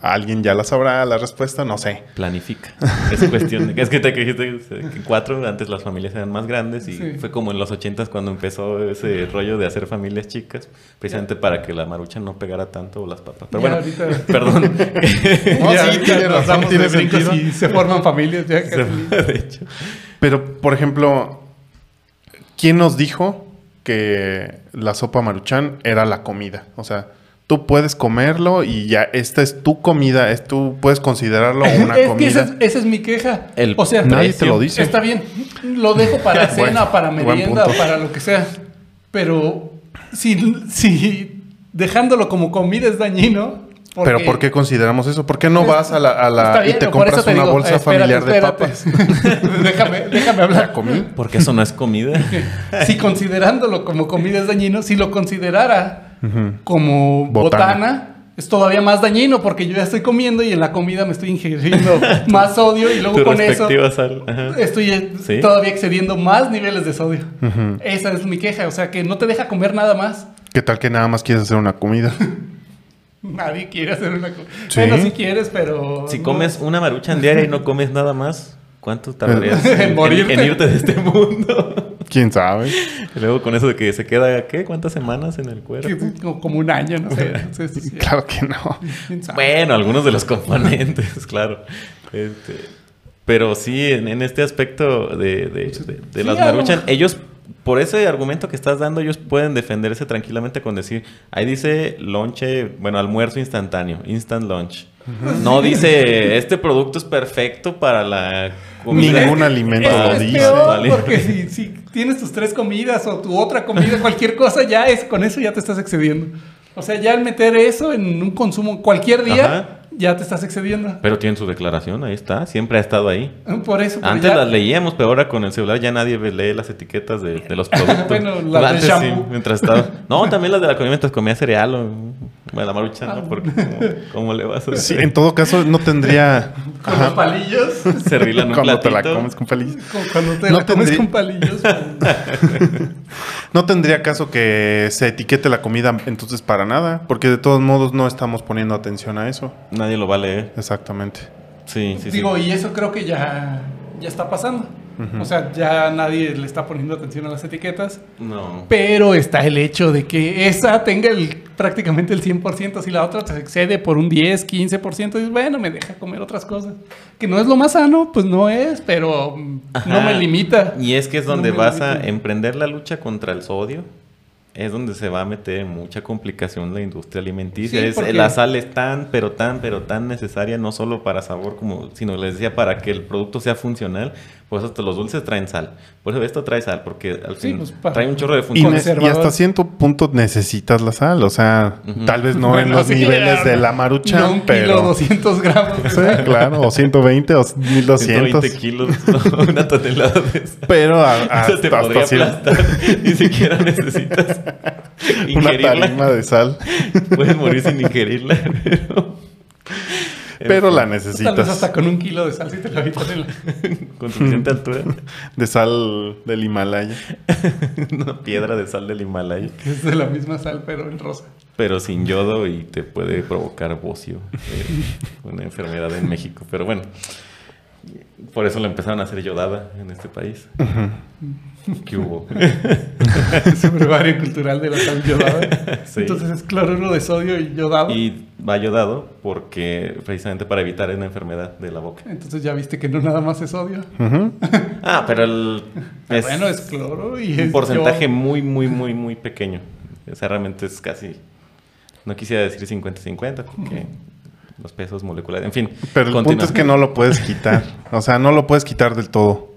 Speaker 2: alguien ya la sabrá, la respuesta, no sé.
Speaker 1: Planifica. Es cuestión de... Es que te que dijiste que cuatro, antes las familias eran más grandes y
Speaker 3: Sí.
Speaker 1: fue como en los ochentas cuando empezó ese rollo de hacer familias chicas, precisamente para que la marucha no pegara tanto o las papas. Pero
Speaker 3: Ya
Speaker 1: bueno,
Speaker 3: ahorita-
Speaker 1: perdón.
Speaker 2: No, sí,
Speaker 3: ahorita
Speaker 2: tiene
Speaker 3: nos
Speaker 2: razón,
Speaker 3: damos
Speaker 2: tiene
Speaker 3: de brincos
Speaker 2: sentido.
Speaker 3: Y se forman familias. ya casi.
Speaker 1: de hecho.
Speaker 2: Pero, por ejemplo, ¿quién nos dijo que la sopa maruchan era la comida? O sea, tú puedes comerlo y ya esta es tu comida, es tú puedes considerarlo una
Speaker 3: es que
Speaker 2: comida.
Speaker 3: esa es, esa es mi queja.
Speaker 1: El
Speaker 3: o sea,
Speaker 2: Nadie
Speaker 1: precio.
Speaker 2: te lo dice.
Speaker 3: está bien. Lo dejo para
Speaker 2: Bueno,
Speaker 3: cena, para
Speaker 2: buen
Speaker 3: merienda,
Speaker 2: punto.
Speaker 3: para lo que sea. Pero si, si dejándolo como comida es dañino. porque- Pues,
Speaker 2: Pero ¿por qué consideramos eso? ¿Por qué no vas a la, a la-
Speaker 3: Está
Speaker 2: y
Speaker 3: bien,
Speaker 2: te
Speaker 3: por
Speaker 2: compras
Speaker 3: eso te
Speaker 2: una
Speaker 3: digo,
Speaker 2: bolsa
Speaker 3: espérate,
Speaker 2: familiar de papas?
Speaker 3: espérate. déjame, déjame hablar.
Speaker 2: La comí.
Speaker 1: Porque eso no es comida.
Speaker 3: si considerándolo como comida es dañino, si lo considerara
Speaker 2: Ujú.
Speaker 3: como
Speaker 2: Botana.
Speaker 3: botana. es todavía más dañino porque yo ya estoy comiendo y en la comida me estoy ingiriendo más sodio y
Speaker 1: Tu
Speaker 3: luego con eso
Speaker 1: respectiva sal. Ajá.
Speaker 3: estoy eh,
Speaker 1: Sí.
Speaker 3: todavía excediendo más niveles de sodio. Esa es mi queja, o sea que no te deja comer nada más.
Speaker 2: ¿Qué tal que nada más quieres hacer una comida?
Speaker 3: Nadie quiere hacer una cosa.
Speaker 2: Sí.
Speaker 3: Bueno, si quieres, pero
Speaker 1: Si
Speaker 3: no.
Speaker 1: comes una marucha diaria y no comes nada más, ¿cuánto tardarías
Speaker 3: En
Speaker 1: en, en-
Speaker 3: morirte.
Speaker 1: en irte de este mundo?
Speaker 2: ¿Quién sabe?
Speaker 1: Y luego con eso de que se queda, ¿qué? ¿Cuántas semanas en el cuerpo?
Speaker 3: Que- como, como un año, no sé. Entonces, sí,
Speaker 2: Claro que no.
Speaker 3: quién sabe.
Speaker 1: Bueno, algunos de los componentes, claro. Este, pero sí, en, en este aspecto de, de- de- de
Speaker 3: Sí,
Speaker 1: las
Speaker 3: algo.
Speaker 1: maruchan, ellos, por ese argumento que estás dando, ellos pueden defenderse tranquilamente con decir, ahí dice lonche, bueno, almuerzo instantáneo, instant lunch. No dice, este producto es perfecto para la comida.
Speaker 2: Ningún alimento
Speaker 1: Para-
Speaker 2: lo
Speaker 3: Eso es
Speaker 2: dice.
Speaker 1: Vale.
Speaker 3: peor porque si, si tienes tus tres comidas o tu otra comida, cualquier cosa, ya es con eso ya te estás excediendo. O sea, ya al meter eso en un consumo cualquier día,
Speaker 1: Ajá.
Speaker 3: ya te estás excediendo.
Speaker 1: Pero tienen su declaración, ahí está, siempre ha estado ahí.
Speaker 3: Por eso. pero
Speaker 1: Antes
Speaker 3: ya-
Speaker 1: las leíamos, pero ahora con el celular ya nadie ve- lee las etiquetas de, de los productos.
Speaker 3: Bueno, las del
Speaker 1: Antes
Speaker 3: shampoo.
Speaker 1: mientras estaba. No, también las de la comida mientras comía cereal o bueno, la marucha,
Speaker 3: Ah.
Speaker 1: ¿no? Porque como- ¿cómo le vas a
Speaker 2: Sí,
Speaker 1: hacer?
Speaker 2: en todo caso, no tendría.
Speaker 3: Con los palillos.
Speaker 1: servirla en un
Speaker 2: Cuando te la
Speaker 1: platito.
Speaker 2: comes con palillos.
Speaker 3: con- cuando te
Speaker 2: No
Speaker 3: la comes
Speaker 2: tendrí-
Speaker 3: con palillos.
Speaker 2: No tendría caso que se etiquete la comida entonces para nada, porque de todos modos no estamos poniendo atención a eso.
Speaker 1: Nadie lo va a leer.
Speaker 2: Exactamente.
Speaker 1: Sí, sí, sí.
Speaker 3: pues, Digo, y eso creo que ya, ya está pasando. O sea, ya nadie le está poniendo atención a las etiquetas.
Speaker 1: no.
Speaker 3: Pero está el hecho de que esa tenga el, prácticamente el 100%, si la otra te excede por un 10, 15%, y bueno, me deja comer otras cosas. Que no es lo más sano, pues no es, pero mm,
Speaker 1: Ajá.
Speaker 3: no me limita.
Speaker 1: Y es que es
Speaker 3: No
Speaker 1: donde
Speaker 3: me
Speaker 1: vas a
Speaker 3: limita.
Speaker 1: emprender la lucha contra el sodio, es donde se va a meter mucha complicación la industria alimenticia.
Speaker 3: Sí,
Speaker 1: Es-
Speaker 3: porque-
Speaker 1: La sal es tan, pero tan, pero tan necesaria, no solo para sabor, como, sino les decía, para que el producto sea funcional. Por eso hasta los dulces traen sal. Por eso esto trae sal, porque al
Speaker 3: Sí,
Speaker 1: fin
Speaker 3: pues, para-
Speaker 1: trae un chorro de
Speaker 2: Y,
Speaker 1: función.
Speaker 2: ne-
Speaker 3: Conservador.
Speaker 2: y hasta cierto punto necesitas la sal, o sea, tal vez no en
Speaker 3: Bueno,
Speaker 2: los
Speaker 3: sí,
Speaker 2: niveles
Speaker 3: ya,
Speaker 2: de la
Speaker 3: No,
Speaker 2: maruchan,
Speaker 3: un
Speaker 2: pero...
Speaker 3: kilo, 200 gramos.
Speaker 2: Sí, claro, o 120 o 1200.
Speaker 1: 120 kilos, una tonelada de sal.
Speaker 2: Pero a- a-
Speaker 1: Eso te
Speaker 2: Ah, hasta,
Speaker 1: podría
Speaker 2: cier-
Speaker 1: aplastar. Ni siquiera necesitas
Speaker 2: una
Speaker 1: ingerirla.
Speaker 2: tarima de sal,
Speaker 1: Puedes morir sin ingerirla. Pero,
Speaker 2: pero la
Speaker 3: Tal vez
Speaker 2: necesitas.
Speaker 3: hasta con un kilo de sal si te la evitas en la-
Speaker 1: Con suficiente altura.
Speaker 2: De sal del Himalaya.
Speaker 1: Una piedra de sal del Himalaya.
Speaker 3: que es de la misma sal, pero en rosa.
Speaker 1: Pero sin yodo y te puede provocar bocio. eh, una enfermedad en México. Pero bueno. Por eso la empezaron a hacer yodada en este país. ¿Qué hubo?
Speaker 3: Es un brevario cultural de la sal yodada.
Speaker 1: Sí.
Speaker 3: Entonces es cloruro de sodio y yodado.
Speaker 1: Y va yodado porque precisamente para evitar una enfermedad de la boca.
Speaker 3: Entonces ya viste que no nada más es sodio.
Speaker 2: Ujú.
Speaker 1: Ah, pero el... es-
Speaker 3: Bueno, es cloro y es
Speaker 1: un porcentaje
Speaker 3: yodo.
Speaker 1: muy, muy, muy, muy pequeño. O sea, realmente es casi. No quisiera decir 50-50, porque los pesos moleculares. En fin.
Speaker 2: Pero el punto
Speaker 1: continúa.
Speaker 2: es que no lo puedes quitar. O sea, no lo puedes quitar del todo.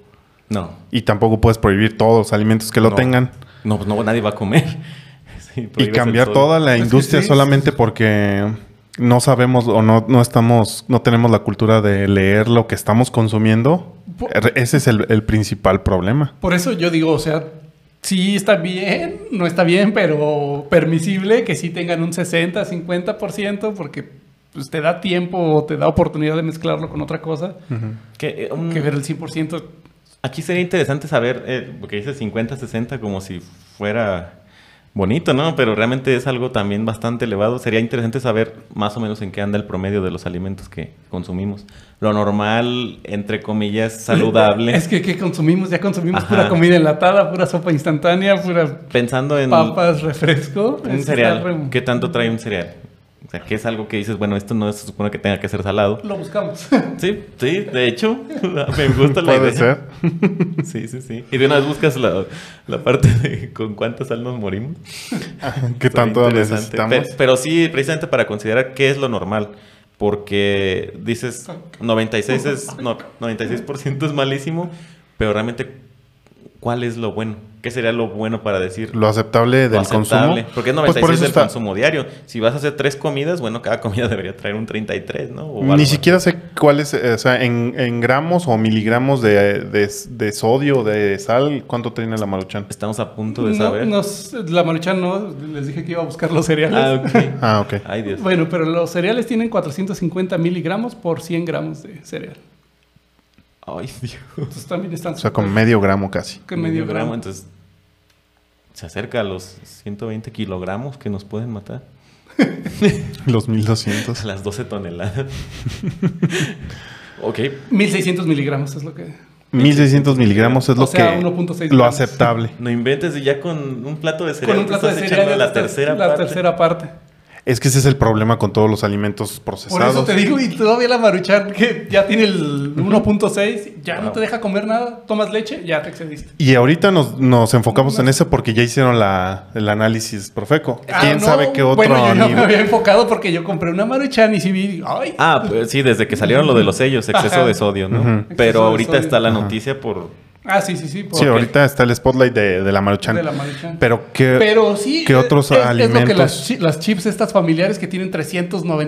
Speaker 1: No,
Speaker 2: Y tampoco puedes prohibir todos los alimentos que lo
Speaker 1: No.
Speaker 2: tengan.
Speaker 1: no, pues no, nadie va a comer. Sí,
Speaker 2: Y
Speaker 1: prohíbes el
Speaker 2: cambiar
Speaker 1: sol.
Speaker 2: toda la
Speaker 3: Es que
Speaker 2: industria
Speaker 3: sí.
Speaker 2: solamente porque no sabemos o no, no estamos, no tenemos la cultura de leer lo que estamos consumiendo.
Speaker 3: Po-
Speaker 2: Er- Ese es el, el principal problema.
Speaker 3: Por eso yo digo, o sea, sí está bien, no está bien, pero permisible que sí tengan un 60, 50%, porque pues, te da tiempo o te da oportunidad de mezclarlo con otra cosa,
Speaker 1: Que, eh, un-
Speaker 3: que ver el 100%.
Speaker 1: Aquí sería interesante saber, eh, porque dice 50-60 como si fuera bonito, ¿no? Pero realmente es algo también bastante elevado. Sería interesante saber más o menos en qué anda el promedio de los alimentos que consumimos. Lo normal, entre comillas, saludable.
Speaker 3: Es que ¿qué consumimos? Ya consumimos
Speaker 1: Ajá.
Speaker 3: pura comida enlatada, pura sopa instantánea, pura
Speaker 1: Pensando en
Speaker 3: papas, refresco. este
Speaker 1: un
Speaker 3: es que
Speaker 1: cereal,
Speaker 3: está re-
Speaker 1: ¿qué tanto trae un cereal? O sea, que es algo que dices, bueno, esto no se supone que tenga que ser salado.
Speaker 3: Lo buscamos.
Speaker 1: Sí, sí, de hecho, me gusta la
Speaker 2: Puede
Speaker 1: idea.
Speaker 2: ser.
Speaker 1: Sí, sí, sí. Y de una vez buscas la, la parte de con cuánta sal nos morimos.
Speaker 2: ¿Qué
Speaker 1: Está bien
Speaker 2: tanto
Speaker 1: interesante.
Speaker 2: necesitamos?
Speaker 1: Pe- Pero, sí, precisamente para considerar qué es lo normal. Porque dices 96 es, no, 96% es malísimo, pero realmente, ¿cuál es lo bueno? ¿Qué sería lo bueno para decir?
Speaker 2: Lo aceptable del
Speaker 1: aceptable,
Speaker 2: consumo.
Speaker 1: Porque es
Speaker 2: Pues
Speaker 1: 96
Speaker 2: por eso
Speaker 1: del
Speaker 2: está-
Speaker 1: consumo diario. Si vas a hacer tres comidas, bueno, cada comida debería traer un 33, ¿no? O algo
Speaker 2: Ni
Speaker 1: así.
Speaker 2: siquiera sé cuál es, eh, o sea, en, en gramos o miligramos de, de, de sodio, de sal, cuánto tiene la maruchan.
Speaker 1: Estamos a punto de
Speaker 3: No,
Speaker 1: saber.
Speaker 3: nos- la maruchan no, les dije que iba a buscar los
Speaker 1: Ah,
Speaker 3: cereales.
Speaker 1: ok.
Speaker 2: Ah, ok.
Speaker 1: Ay, Dios.
Speaker 3: Bueno, pero los cereales tienen 450 miligramos por 100 gramos de cereal.
Speaker 1: Ay, Dios.
Speaker 3: Entonces también están
Speaker 2: O sea, con
Speaker 3: súper-
Speaker 2: medio gramo casi.
Speaker 3: que medio gramo.
Speaker 1: Entonces, se acerca a los 120 kilogramos que nos pueden matar.
Speaker 2: Los
Speaker 1: A
Speaker 2: 1200.
Speaker 1: las 12 toneladas. ok.
Speaker 3: 1600 miligramos es lo que...
Speaker 2: 1600 miligramos es
Speaker 3: O
Speaker 2: lo
Speaker 3: sea,
Speaker 2: que.
Speaker 3: 1.6
Speaker 2: Lo
Speaker 3: gramos.
Speaker 2: aceptable.
Speaker 1: No inventes y ya con un plato de cereal
Speaker 3: Con un
Speaker 1: te
Speaker 3: plato de
Speaker 1: estás echando
Speaker 3: cereal
Speaker 1: la tercera
Speaker 3: la
Speaker 1: parte.
Speaker 3: tercera parte.
Speaker 2: Es que ese es el problema con todos los alimentos
Speaker 3: Por
Speaker 2: procesados.
Speaker 3: eso te digo, y todavía la maruchan que ya tiene el 1.6, ya no
Speaker 1: Wow.
Speaker 3: te deja comer nada, tomas leche, ya te excediste.
Speaker 2: Y ahorita nos, nos enfocamos en eso porque ya hicieron la, el análisis profeco.
Speaker 3: Ah,
Speaker 2: ¿Quién
Speaker 3: no,
Speaker 2: sabe qué otro
Speaker 3: Bueno, yo no me
Speaker 2: nivel-
Speaker 3: había enfocado porque yo compré una maruchan y sí vi, ay,
Speaker 1: Ah, pues sí, desde que salieron lo de los sellos, exceso
Speaker 3: Ajá.
Speaker 1: de sodio, ¿no?
Speaker 2: Ujú.
Speaker 1: Pero
Speaker 3: Exceso de
Speaker 1: ahorita
Speaker 3: sodio.
Speaker 1: está la noticia por
Speaker 3: ah, sí, sí, sí, por-
Speaker 2: Sí, ahorita está el spotlight de, de la maruchan.
Speaker 3: de la maruchan.
Speaker 2: Pero qué.
Speaker 3: Pero sí.
Speaker 2: ¿Qué
Speaker 3: es-
Speaker 2: otros
Speaker 3: es, Es lo que
Speaker 2: alimentos?
Speaker 3: las, chi- las chips estas familiares que tienen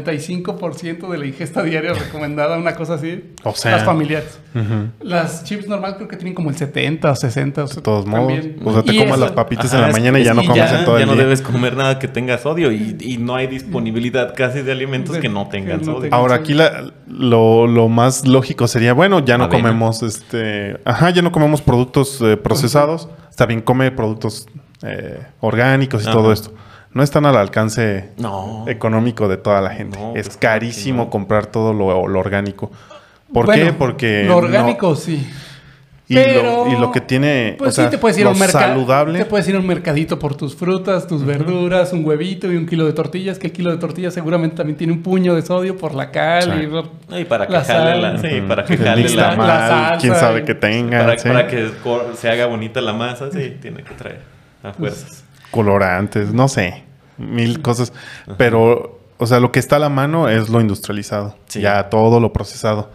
Speaker 3: 395% de la ingesta diaria recomendada, una cosa así.
Speaker 2: O sea.
Speaker 3: Las familiares.
Speaker 2: Ujú.
Speaker 3: Las chips normal creo que tienen como el 70 o 60. O
Speaker 2: De todos modos.
Speaker 3: también.
Speaker 2: O sea, te
Speaker 3: Y
Speaker 2: comas
Speaker 3: eso-
Speaker 2: las papitas en
Speaker 1: Ajá,
Speaker 2: la
Speaker 1: es-
Speaker 2: mañana y
Speaker 1: es-
Speaker 2: ya no comes en todo
Speaker 1: ya
Speaker 2: el
Speaker 1: no
Speaker 2: día.
Speaker 1: debes comer nada que tenga sodio y, y no hay disponibilidad casi de alimentos
Speaker 3: De-
Speaker 1: que no tengan
Speaker 3: que no
Speaker 1: sodio.
Speaker 3: tengan.
Speaker 2: Ahora aquí la- lo, lo más lógico sería, bueno, ya no
Speaker 1: Avena.
Speaker 2: comemos este, ajá, ya no comemos productos eh, procesados, está bien come productos eh, orgánicos y
Speaker 1: Ajá.
Speaker 2: todo esto. No están al alcance
Speaker 1: No.
Speaker 2: económico de toda la gente.
Speaker 1: No,
Speaker 2: es
Speaker 1: pues, claro que
Speaker 2: carísimo
Speaker 1: no.
Speaker 2: comprar todo lo, lo orgánico. ¿Por
Speaker 3: Bueno,
Speaker 2: qué? Porque
Speaker 3: Lo
Speaker 2: no-
Speaker 3: orgánico, sí.
Speaker 2: y, lo-
Speaker 3: pero-
Speaker 2: y lo, que tiene,
Speaker 3: Pues
Speaker 2: o sea,
Speaker 3: sí, te puedes ir a
Speaker 2: lo
Speaker 3: un mercado.
Speaker 2: saludable.
Speaker 3: Te puedes ir a un mercadito por tus frutas, tus verduras, un huevito y un kilo de tortillas. Que el kilo de tortillas seguramente también tiene un puño de sodio por la cal
Speaker 2: Sí.
Speaker 3: y por-
Speaker 1: Y para que
Speaker 3: La
Speaker 1: jale la,
Speaker 3: sal.
Speaker 1: sí, para que
Speaker 2: mm, el
Speaker 1: jale la,
Speaker 2: nixtamal,
Speaker 3: la salsa
Speaker 2: quién sabe
Speaker 3: y-
Speaker 2: que tenga,
Speaker 1: para,
Speaker 2: sí.
Speaker 3: Pues,
Speaker 1: para que cor- se haga bonita la masa, sí, tiene que traer a fuerzas.
Speaker 2: colorantes, no sé, mil cosas. Pero, o sea, lo que está a la mano es lo industrializado,
Speaker 1: Sí.
Speaker 2: ya todo lo procesado.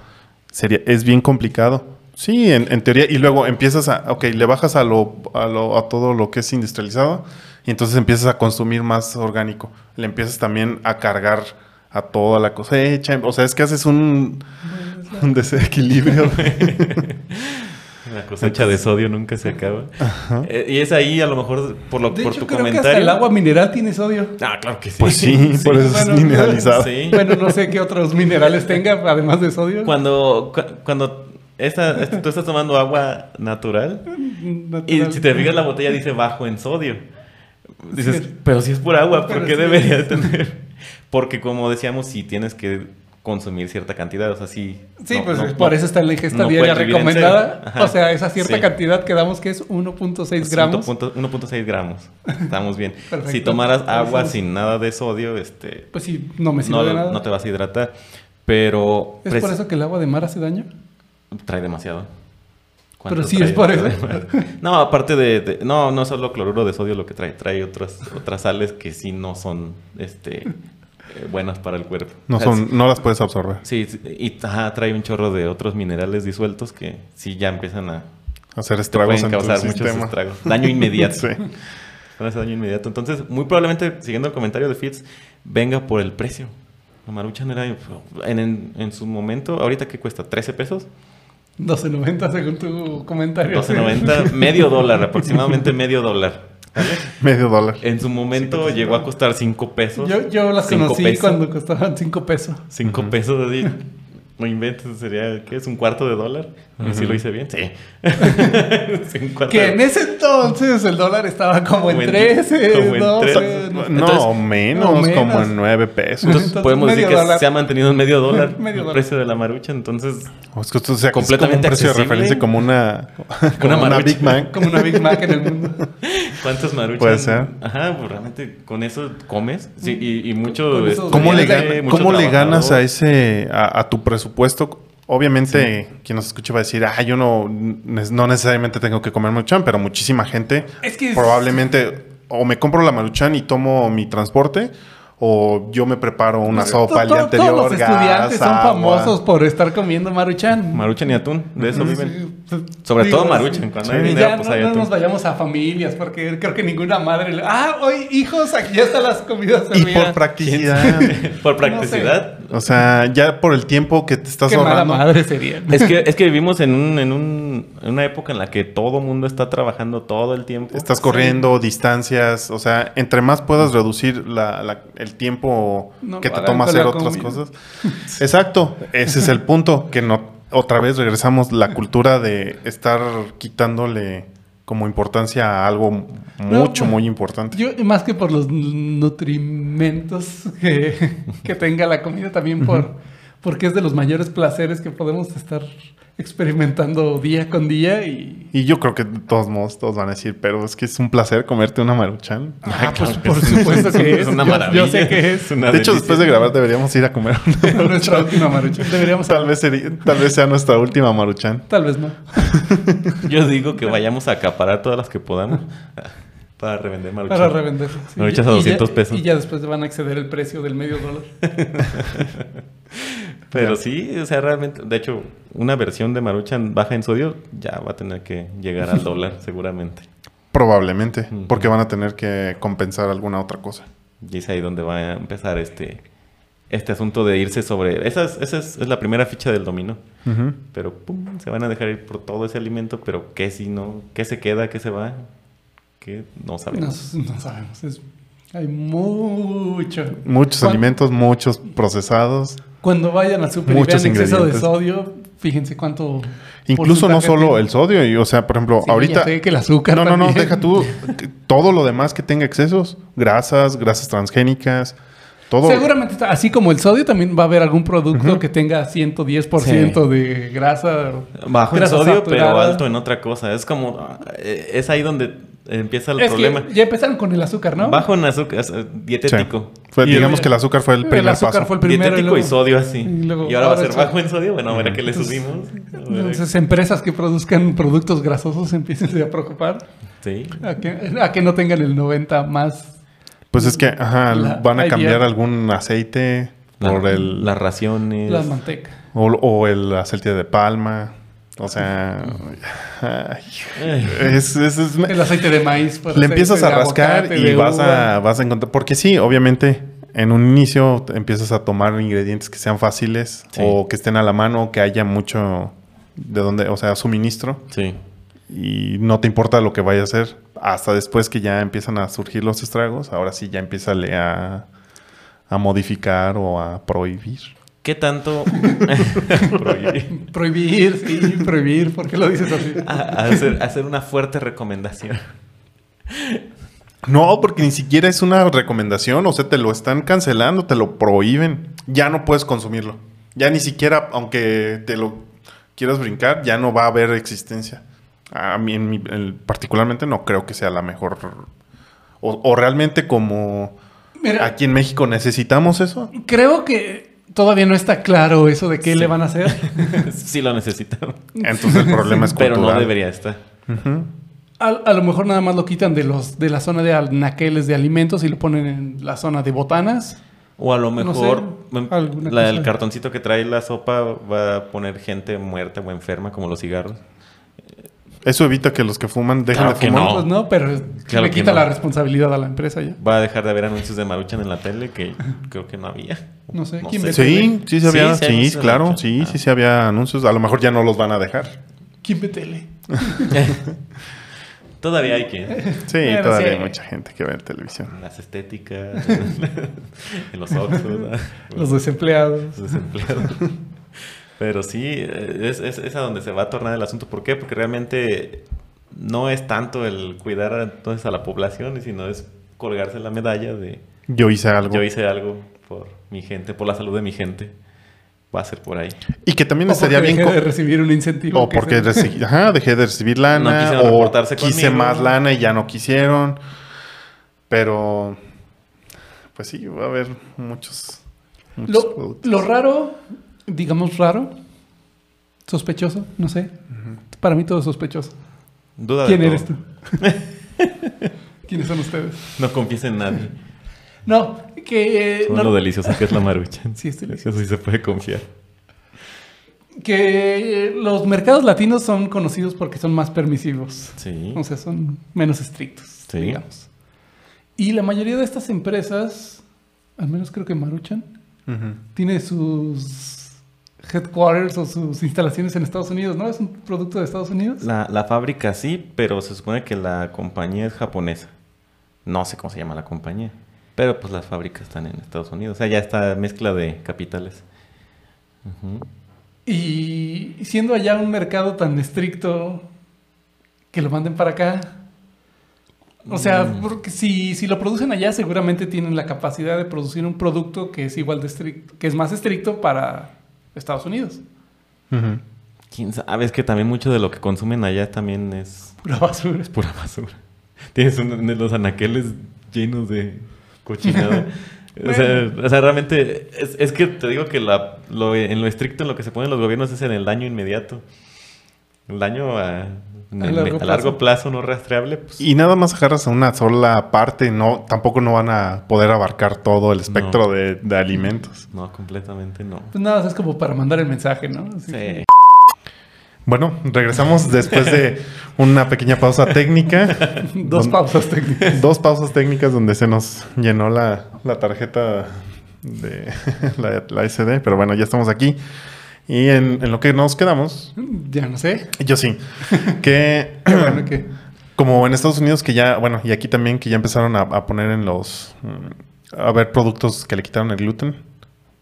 Speaker 2: Sería, es bien complicado. Sí, en, en teoría. Y luego empiezas a, ok, le bajas a, lo, a, lo- a todo lo que es industrializado y entonces empiezas a consumir más orgánico. Le empiezas también a cargar a toda la cosecha. O sea, es que haces un, un desequilibrio. güey.
Speaker 1: La cosecha de sodio nunca se acaba. Eh, y es ahí, a lo mejor, por, lo,
Speaker 3: De
Speaker 1: por
Speaker 3: hecho,
Speaker 1: tu
Speaker 3: creo
Speaker 1: comentario.
Speaker 3: que hasta el agua mineral tiene sodio.
Speaker 1: Ah, claro que sí.
Speaker 2: Pues sí, por eso
Speaker 3: Bueno,
Speaker 2: es mineralizado.
Speaker 1: Sí.
Speaker 3: Bueno, no sé qué otros minerales tenga, además de sodio.
Speaker 1: Cuando, cu- cuando esta- esta- tú estás tomando agua natural y
Speaker 3: Natural.
Speaker 1: si te fijas la botella dice bajo en sodio. Dices,
Speaker 3: Sí.
Speaker 1: pero si es por agua, ¿por
Speaker 3: Pero
Speaker 1: qué
Speaker 3: sí
Speaker 1: debería de tener? Porque como decíamos, sí tienes que consumir cierta cantidad, o sea, sí.
Speaker 3: Sí,
Speaker 1: no-
Speaker 3: pues
Speaker 1: no-
Speaker 3: por
Speaker 1: no-
Speaker 3: eso está en la ingesta
Speaker 1: no
Speaker 3: diaria
Speaker 1: puedes vivir en
Speaker 3: recomendada.
Speaker 1: cero. Ajá.
Speaker 3: O sea, esa cierta
Speaker 1: Sí.
Speaker 3: cantidad que damos que es 1.6 gramos.
Speaker 1: 1.0 1.6 gramos. Estamos bien.
Speaker 3: Perfecto.
Speaker 1: Si tomaras agua
Speaker 3: Perfecto.
Speaker 1: sin nada de sodio, este
Speaker 3: Pues sí, no me sirve
Speaker 1: no,
Speaker 3: de nada.
Speaker 1: no te vas a hidratar. Pero
Speaker 3: ¿Es
Speaker 1: pres-
Speaker 3: por eso que el agua de mar hace daño?
Speaker 1: trae demasiado. ¿Cuánto
Speaker 3: Pero sí
Speaker 1: trae?
Speaker 3: es por eso.
Speaker 1: No, aparte de, de- no, no es solo cloruro de sodio lo que trae, trae otras otras sales que sí no son este eh, buenas para el cuerpo.
Speaker 2: No,
Speaker 1: O sea,
Speaker 2: son, no las puedes absorber.
Speaker 1: Sí, sí, y ajá, trae un chorro de otros minerales disueltos que sí ya empiezan a
Speaker 2: Hacer
Speaker 1: te
Speaker 2: estragos
Speaker 1: pueden
Speaker 2: en tu
Speaker 1: causar muchos
Speaker 2: sistema.
Speaker 1: estragos, daño inmediato.
Speaker 2: Sí.
Speaker 1: Van a hacer daño inmediato. Entonces, muy probablemente, siguiendo el comentario de Fitz, venga por el precio. La maruchan era en, en, en su momento, ahorita que cuesta 13 pesos,
Speaker 3: 12.90 según tu comentario.
Speaker 1: 12.90, medio dólar, aproximadamente medio dólar.
Speaker 2: Medio dólar.
Speaker 1: En su momento llegó a costar 5 pesos.
Speaker 3: pues, Yo, yo las
Speaker 1: Cinco
Speaker 3: conocí
Speaker 1: pesos.
Speaker 3: cuando costaban 5 pesos.
Speaker 1: 5 pesos así. No inventes, sería, ¿qué es? ¿Un cuarto de dólar? A ver si lo hice bien. Sí. Sí, un cuarto
Speaker 3: Que
Speaker 1: de-
Speaker 3: en ese entonces el dólar estaba como en
Speaker 1: Como en-
Speaker 3: 13,
Speaker 1: Eh, como en
Speaker 3: 12,
Speaker 1: tres.
Speaker 3: no sé.
Speaker 2: no,
Speaker 1: Entonces-
Speaker 2: menos,
Speaker 3: No, menos.
Speaker 2: como en nueve pesos.
Speaker 1: Entonces,
Speaker 3: Entonces,
Speaker 1: podemos decir
Speaker 3: medio
Speaker 1: que
Speaker 3: dólar.
Speaker 1: se ha mantenido en medio dólar
Speaker 3: Medio
Speaker 1: el
Speaker 3: dólar.
Speaker 1: precio de la marucha. Entonces,
Speaker 2: O es que esto sea- es como un
Speaker 1: Completamente
Speaker 2: precio
Speaker 1: accesible.
Speaker 2: de referencia, como una, como una,
Speaker 1: marucha.
Speaker 2: Big Mac.
Speaker 3: Como una Big Mac en el mundo.
Speaker 1: ¿Cuántas maruchas?
Speaker 2: Puede ser.
Speaker 1: Ajá, pues realmente con eso comes. Sí, y, y mucho.
Speaker 3: Con eso-
Speaker 2: ¿Cómo le,
Speaker 1: estudiante,
Speaker 2: gan-
Speaker 1: mucho
Speaker 2: cómo le
Speaker 1: trabajador.
Speaker 2: ganas a ese a, a tu presupuesto? Obviamente, quien nos escuche va a decir, ah, yo no, ne- no necesariamente tengo que comer maruchan, pero muchísima gente
Speaker 3: Es que es-
Speaker 2: probablemente o me compro la maruchan y tomo mi transporte, o yo me preparo una sopa el
Speaker 3: To-
Speaker 2: día
Speaker 3: to-
Speaker 2: anterior.
Speaker 3: todos los estudiantes
Speaker 2: gas,
Speaker 3: son
Speaker 2: agua.
Speaker 3: famosos por estar comiendo maruchan.
Speaker 1: Maruchan y atún, de eso viven.
Speaker 3: Sí, pues,
Speaker 1: Sobre
Speaker 3: digo,
Speaker 1: todo maruchan, cuando hay
Speaker 3: y
Speaker 1: dinero,
Speaker 3: ya
Speaker 1: pues
Speaker 3: no,
Speaker 1: hay
Speaker 3: no
Speaker 1: atún.
Speaker 3: nos vayamos a familias, porque creo que ninguna madre le... Ah, hoy, hijos, aquí ya están las comidas
Speaker 2: Y por
Speaker 3: servidas".
Speaker 2: practicidad.
Speaker 1: Por practicidad.
Speaker 2: o sea, ya por el tiempo que te estás
Speaker 3: Qué mala
Speaker 2: ahorrando.
Speaker 3: madre sería.
Speaker 1: Es, que, es que vivimos en, un, en, un- en una época en la que todo mundo está trabajando todo el tiempo.
Speaker 2: Estás corriendo, distancias, o sea, entre más puedas reducir la- la- el tiempo
Speaker 3: Mm. No,
Speaker 2: que te
Speaker 3: pagar
Speaker 2: toma
Speaker 3: con
Speaker 2: hacer
Speaker 3: la
Speaker 2: otras
Speaker 3: comida.
Speaker 2: cosas. Exacto, ese es el punto, que no, otra vez regresamos la cultura de estar quitándole como importancia a algo mucho,
Speaker 3: pues,
Speaker 2: muy importante.
Speaker 3: Yo, más que por los nutrimentos que, que tenga la comida, también por porque es de los mayores placeres que podemos estar experimentando día con día y...
Speaker 2: Y yo creo que de todos modos todos van a decir, pero es que es un placer comerte una maruchan.
Speaker 3: Ah, pues,
Speaker 1: claro que
Speaker 3: por
Speaker 1: sí.
Speaker 3: supuesto que es.
Speaker 1: Es una
Speaker 3: Yo-
Speaker 1: maravilla.
Speaker 3: Yo, sé que es
Speaker 1: una
Speaker 2: De hecho,
Speaker 1: delicia.
Speaker 2: después de grabar deberíamos ir a comer una.
Speaker 3: nuestra última marucha. Deberíamos
Speaker 2: Tal vez, sería- tal vez sea nuestra última maruchan.
Speaker 3: Tal vez no.
Speaker 1: Yo digo que vayamos a acaparar todas las que podamos para revender maruchan.
Speaker 3: Para revender. sí.
Speaker 1: Maruchas a
Speaker 3: Y ya-
Speaker 1: 200 pesos.
Speaker 3: Y ya después van a exceder el precio del medio dólar.
Speaker 1: Pero sí, o sea, realmente, de hecho, una versión de Maruchan baja en sodio ya va a tener que llegar al dólar seguramente.
Speaker 2: Probablemente,
Speaker 1: Ujú.
Speaker 2: porque van a tener que compensar alguna otra cosa.
Speaker 1: Y es ahí donde va a empezar este, este asunto de irse sobre... Esa es, esa es, es la primera ficha del dominó.
Speaker 2: Ujú.
Speaker 1: Pero pum, se van a dejar ir por todo ese alimento, pero ¿qué si no? ¿Qué se queda? ¿Qué se va? ¿Qué? No
Speaker 3: No,
Speaker 1: sabemos.
Speaker 3: no sabemos. es- hay mucho.
Speaker 2: Muchos
Speaker 3: Cuan-
Speaker 2: alimentos, muchos procesados.
Speaker 3: Cuando vayan al super y
Speaker 2: Muchos
Speaker 3: vean exceso de
Speaker 2: ingredientes.
Speaker 3: sodio, fíjense cuánto.
Speaker 2: Incluso no
Speaker 3: porcentaje
Speaker 2: solo
Speaker 3: tiene.
Speaker 2: el sodio. Y, o sea, por ejemplo,
Speaker 3: Sí, ya
Speaker 2: ahorita...
Speaker 3: sé que el azúcar.
Speaker 2: No, no, no,
Speaker 3: también.
Speaker 2: deja tú que todo lo demás que tenga excesos. Grasas, grasas transgénicas, todo.
Speaker 3: Seguramente, está- así como el sodio, también va a haber algún producto que tenga 110% de grasa.
Speaker 1: Bajo en
Speaker 3: grasa
Speaker 1: sodio, pero
Speaker 3: saturada.
Speaker 1: alto en otra cosa. Es como... eh, Es ahí donde empieza el
Speaker 3: Es que
Speaker 1: problema.
Speaker 3: ya empezaron con el azúcar, ¿no?
Speaker 1: Bajo en azúcar, o sea, dietético.
Speaker 2: Sí. Fue-
Speaker 3: Y el-
Speaker 2: digamos que el azúcar fue el primer
Speaker 3: el azúcar
Speaker 2: paso.
Speaker 3: fue el primero.
Speaker 1: dietético y,
Speaker 3: luego-
Speaker 1: sodio así.
Speaker 3: y
Speaker 1: Y,
Speaker 3: luego
Speaker 1: ahora va a
Speaker 3: ahora
Speaker 1: ser
Speaker 3: el sodio.
Speaker 1: bajo en sodio. Bueno, a ver a qué le
Speaker 3: Entonces-
Speaker 1: subimos. A ver,
Speaker 3: Entonces, empresas que produzcan productos grasosos se empiecen a preocupar
Speaker 1: sí.
Speaker 3: a que, a que no tengan el 90 más.
Speaker 2: Pues es que, ajá,
Speaker 3: La-
Speaker 2: van a
Speaker 3: ahí
Speaker 2: cambiar
Speaker 3: viene.
Speaker 2: algún aceite
Speaker 1: La-
Speaker 2: por el,
Speaker 1: Las raciones.
Speaker 3: La manteca.
Speaker 2: o, o el aceite de palma. O sea, ay,
Speaker 1: Ay.
Speaker 2: es, es- es-
Speaker 3: El aceite de maíz. pues,
Speaker 2: le empiezas a
Speaker 3: aceite de
Speaker 2: rascar
Speaker 3: aguacate,
Speaker 2: y
Speaker 3: de
Speaker 2: vas
Speaker 3: uva.
Speaker 2: a, vas a encontrar. Porque sí, obviamente, en un inicio te empiezas a tomar ingredientes que sean fáciles
Speaker 1: Sí.
Speaker 2: o que estén a la mano, que haya mucho de donde, o sea, suministro.
Speaker 1: Sí.
Speaker 2: y no te importa lo que vaya a hacer. Hasta después que ya empiezan a surgir los estragos, ahora sí ya empieza a, a modificar o a prohibir.
Speaker 1: ¿Qué tanto
Speaker 3: Prohibir, sí, prohibir. ¿Por qué lo dices así?
Speaker 1: A- a hacer, hacer una fuerte recomendación?
Speaker 2: No, porque ni siquiera es una recomendación, o sea, te lo están cancelando, te lo prohíben. Ya no puedes consumirlo. Ya ni siquiera, aunque te lo quieras brincar, ya no va a haber existencia. A mí, en mi- en- particularmente, no creo que sea la mejor. O, o realmente, como
Speaker 3: Mira,
Speaker 2: aquí en México necesitamos eso.
Speaker 3: creo que todavía no está claro eso de qué
Speaker 1: Sí.
Speaker 3: le van a hacer.
Speaker 1: sí lo necesitamos.
Speaker 2: Entonces el problema es
Speaker 1: Pero
Speaker 2: cultural.
Speaker 1: no debería estar.
Speaker 2: Ujú.
Speaker 3: A, a lo mejor nada más lo quitan de los de la zona de anaqueles de alimentos y lo ponen en la zona de botanas.
Speaker 1: O a lo
Speaker 3: No sé,
Speaker 1: mejor em,
Speaker 3: alguna
Speaker 1: la- el
Speaker 3: cosa.
Speaker 1: cartoncito que trae la sopa va a poner gente muerta o enferma como los cigarros.
Speaker 2: Eso evita que los que fuman dejen
Speaker 1: Claro
Speaker 2: de
Speaker 1: que
Speaker 2: fumar.
Speaker 1: No.
Speaker 3: Pues no, pero
Speaker 1: Claro
Speaker 3: le
Speaker 1: que
Speaker 3: quita
Speaker 1: no.
Speaker 3: la responsabilidad a la empresa ya.
Speaker 1: Va a dejar de haber anuncios de Maruchan en la tele que creo que no había.
Speaker 3: No sé, ¿quién ve?
Speaker 2: Sí, sí se había,
Speaker 1: Sí, sí
Speaker 2: sí,
Speaker 1: hay anuncios de
Speaker 2: claro,
Speaker 1: Maruchan.
Speaker 2: sí,
Speaker 1: Ah.
Speaker 2: sí se había anuncios. A lo mejor ya no los van a dejar.
Speaker 3: ¿Quién ve tele?
Speaker 1: Todavía hay que.
Speaker 2: Sí,
Speaker 3: Bueno,
Speaker 2: todavía
Speaker 3: sí.
Speaker 2: hay mucha gente que ve televisión.
Speaker 1: Las estéticas, en los oxos,
Speaker 3: Los desempleados.
Speaker 1: los desempleados. Pero sí, es, es, es a donde se va a tornar el asunto. ¿Por qué? Porque realmente no es tanto el cuidar a- entonces a la población, sino es colgarse la medalla de
Speaker 2: Yo hice algo.
Speaker 1: yo hice algo por mi gente, por la salud de mi gente. Va a ser por ahí.
Speaker 2: Y que también
Speaker 3: O
Speaker 2: estaría
Speaker 3: porque
Speaker 2: bien.
Speaker 3: deje
Speaker 2: co-
Speaker 3: de recibir un incentivo.
Speaker 2: O
Speaker 3: que
Speaker 2: porque
Speaker 3: se-
Speaker 2: reci- ajá, dejé de recibir lana.
Speaker 1: quisieron
Speaker 2: o
Speaker 1: reportarse
Speaker 2: quise
Speaker 1: conmigo.
Speaker 2: más lana y ya no quisieron. Pero. Pues sí, va a haber muchos. muchos
Speaker 3: Lo,
Speaker 2: productos.
Speaker 3: lo raro, digamos raro, sospechoso, no sé. Para mí todo es sospechoso.
Speaker 1: Duda de
Speaker 3: ¿Quién
Speaker 1: todo.
Speaker 3: eres tú? ¿Quiénes son ustedes?
Speaker 1: No confíes en nadie.
Speaker 3: No, que, eh,
Speaker 1: Son
Speaker 3: no-
Speaker 1: lo delicioso que es la maruchan.
Speaker 3: Sí, es delicioso.
Speaker 1: Eso sí se puede confiar.
Speaker 3: que eh, los mercados latinos son conocidos porque son más permisivos.
Speaker 1: Sí.
Speaker 3: O sea, son menos estrictos,
Speaker 1: Sí.
Speaker 3: digamos. Y la mayoría de estas empresas, al menos creo que Maruchan,
Speaker 2: Ujú.
Speaker 3: tiene sus headquarters o sus instalaciones en Estados Unidos, ¿no? Es un producto de Estados Unidos.
Speaker 1: La, la fábrica sí, pero se supone que la compañía es japonesa. No sé cómo se llama la compañía. Pero pues las fábricas están en Estados Unidos. O sea, ya está mezcla de capitales. Ujú.
Speaker 3: Y siendo allá un mercado tan estricto que lo manden para acá. O sea, porque si, si lo producen allá, seguramente tienen la capacidad de producir un producto que es igual de estricto, que es más estricto para Estados Unidos.
Speaker 2: Ujú.
Speaker 1: ¿Quién sabe? Es que también mucho de lo que consumen allá también es
Speaker 3: Pura basura.
Speaker 1: es pura basura. Tienes un- de los anaqueles llenos de cochinada. O sea, o sea, realmente es, es que te digo que la- lo- en lo estricto en lo que se ponen los gobiernos es en el daño inmediato. El daño a, en el- a largo,
Speaker 3: largo
Speaker 1: plazo.
Speaker 3: plazo.
Speaker 1: no rastreable, pues
Speaker 2: Y nada más agarras a una sola parte, no, tampoco no van a poder abarcar todo el espectro de, de alimentos.
Speaker 1: no, completamente no.
Speaker 3: Pues nada, es como para mandar el mensaje, ¿no? Así que-
Speaker 1: Sí.
Speaker 2: Bueno, regresamos después de una pequeña pausa técnica,
Speaker 3: Dos pausas técnicas.
Speaker 2: dos pausas técnicas donde se nos llenó la, la tarjeta de la, la SD, pero bueno, ya estamos aquí. Y en, en lo que nos quedamos,
Speaker 3: Ya no sé.
Speaker 2: yo sí, que
Speaker 3: Qué bueno que.
Speaker 2: Como en Estados Unidos que ya, bueno, y aquí también que ya empezaron a, a poner en los... mm, A ver, productos que le quitaron el gluten.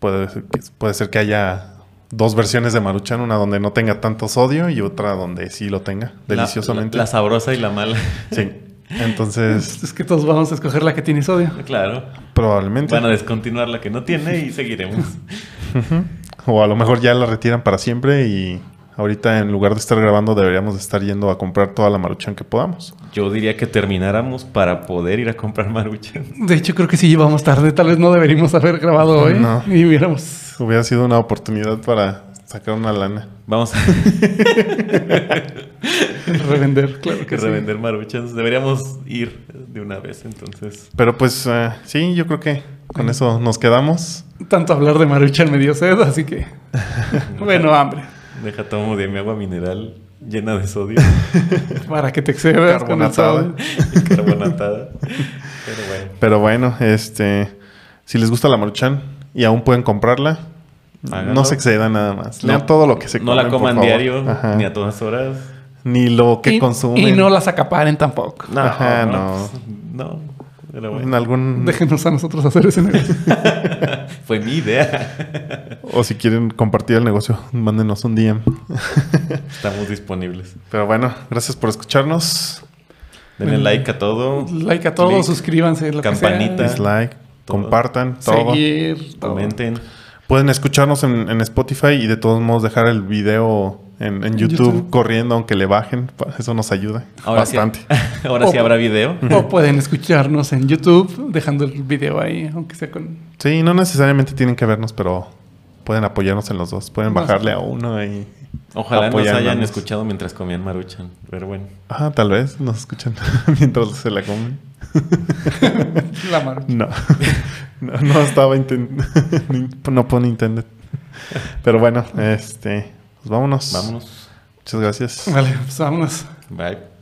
Speaker 2: Puede ser, que- puede ser que haya dos versiones de Maruchan, una donde no tenga tanto sodio y otra donde sí lo tenga,
Speaker 1: La-
Speaker 2: deliciosamente.
Speaker 1: La, la sabrosa y la mala.
Speaker 2: Sí, entonces
Speaker 3: Es que todos vamos a escoger la que tiene sodio.
Speaker 1: claro.
Speaker 2: probablemente.
Speaker 1: Van a descontinuar la que no tiene y seguiremos.
Speaker 2: O a lo mejor ya la retiran para siempre y Ahorita en lugar de estar grabando deberíamos de estar yendo a comprar toda la maruchan que podamos.
Speaker 1: Yo diría que termináramos para poder ir a comprar maruchan.
Speaker 3: De hecho, creo que sí llevamos tarde. Tal vez no deberíamos haber grabado hoy.
Speaker 2: No.
Speaker 3: Y hubiéramos.
Speaker 2: Hubiera sido una oportunidad para sacar una lana.
Speaker 1: Vamos a
Speaker 3: Revender, claro que sí.
Speaker 1: revender maruchans. Deberíamos ir de una vez, entonces.
Speaker 2: Pero pues eh, sí, yo creo que con eso nos quedamos.
Speaker 3: Tanto hablar de Maruchan me dio sed, así que. bueno, hambre.
Speaker 1: Deja tomo de mi agua mineral llena de sodio
Speaker 3: Para que te excedas con el
Speaker 2: Carbonatada.
Speaker 3: sol.
Speaker 1: y carbonatada. Pero bueno.
Speaker 2: Pero bueno, este, si les gusta la maruchan y aún pueden comprarla,
Speaker 1: Háganlo.
Speaker 2: no se excedan nada más.
Speaker 1: No.
Speaker 2: Lean todo lo que se
Speaker 1: No la
Speaker 2: comen, por
Speaker 1: coman
Speaker 2: favor.
Speaker 1: diario
Speaker 2: Ajá.
Speaker 1: ni a todas horas.
Speaker 2: Ni lo que
Speaker 3: y,
Speaker 2: consumen.
Speaker 3: y no las acaparen tampoco.
Speaker 1: No,
Speaker 2: Ajá, no.
Speaker 1: pues, no. Pero
Speaker 2: En
Speaker 1: bueno.
Speaker 2: algún
Speaker 3: Déjenos a nosotros hacer ese negocio.
Speaker 1: Fue mi idea.
Speaker 2: o si quieren compartir el negocio, mándenos un DM.
Speaker 1: Estamos disponibles.
Speaker 2: Pero bueno, gracias por escucharnos.
Speaker 1: Denle
Speaker 2: Mm.
Speaker 1: like a todo.
Speaker 3: like a todos,
Speaker 1: Click.
Speaker 3: suscríbanse, lo
Speaker 1: Campanita.
Speaker 2: Dislike,
Speaker 1: Todo.
Speaker 2: compartan
Speaker 3: que sea.
Speaker 2: todo.
Speaker 3: Seguir. todo.
Speaker 1: Comenten.
Speaker 2: Pueden escucharnos en, en Spotify y de todos modos dejar el video en, en YouTube,
Speaker 3: YouTube.
Speaker 2: corriendo aunque le bajen. Pa- Eso nos ayuda bastante.
Speaker 1: Sí, ahora sí
Speaker 3: Opa.
Speaker 1: habrá video.
Speaker 3: O pueden escucharnos en YouTube dejando el video ahí, aunque sea con.
Speaker 2: Sí, no necesariamente tienen que vernos, pero pueden apoyarnos en los dos. Pueden
Speaker 3: Más.
Speaker 2: bajarle a uno y...
Speaker 1: Ojalá
Speaker 2: Apoyándonos.
Speaker 1: nos hayan escuchado mientras comían maruchan. Pero bueno.
Speaker 2: Ah, tal vez nos escuchan mientras se la comen.
Speaker 3: La mano.
Speaker 2: No, no, no estaba intentando. no pone intended. Pero bueno, este, pues vámonos.
Speaker 1: Vámonos.
Speaker 2: Muchas gracias.
Speaker 3: Vale, pues vámonos.
Speaker 1: Bye.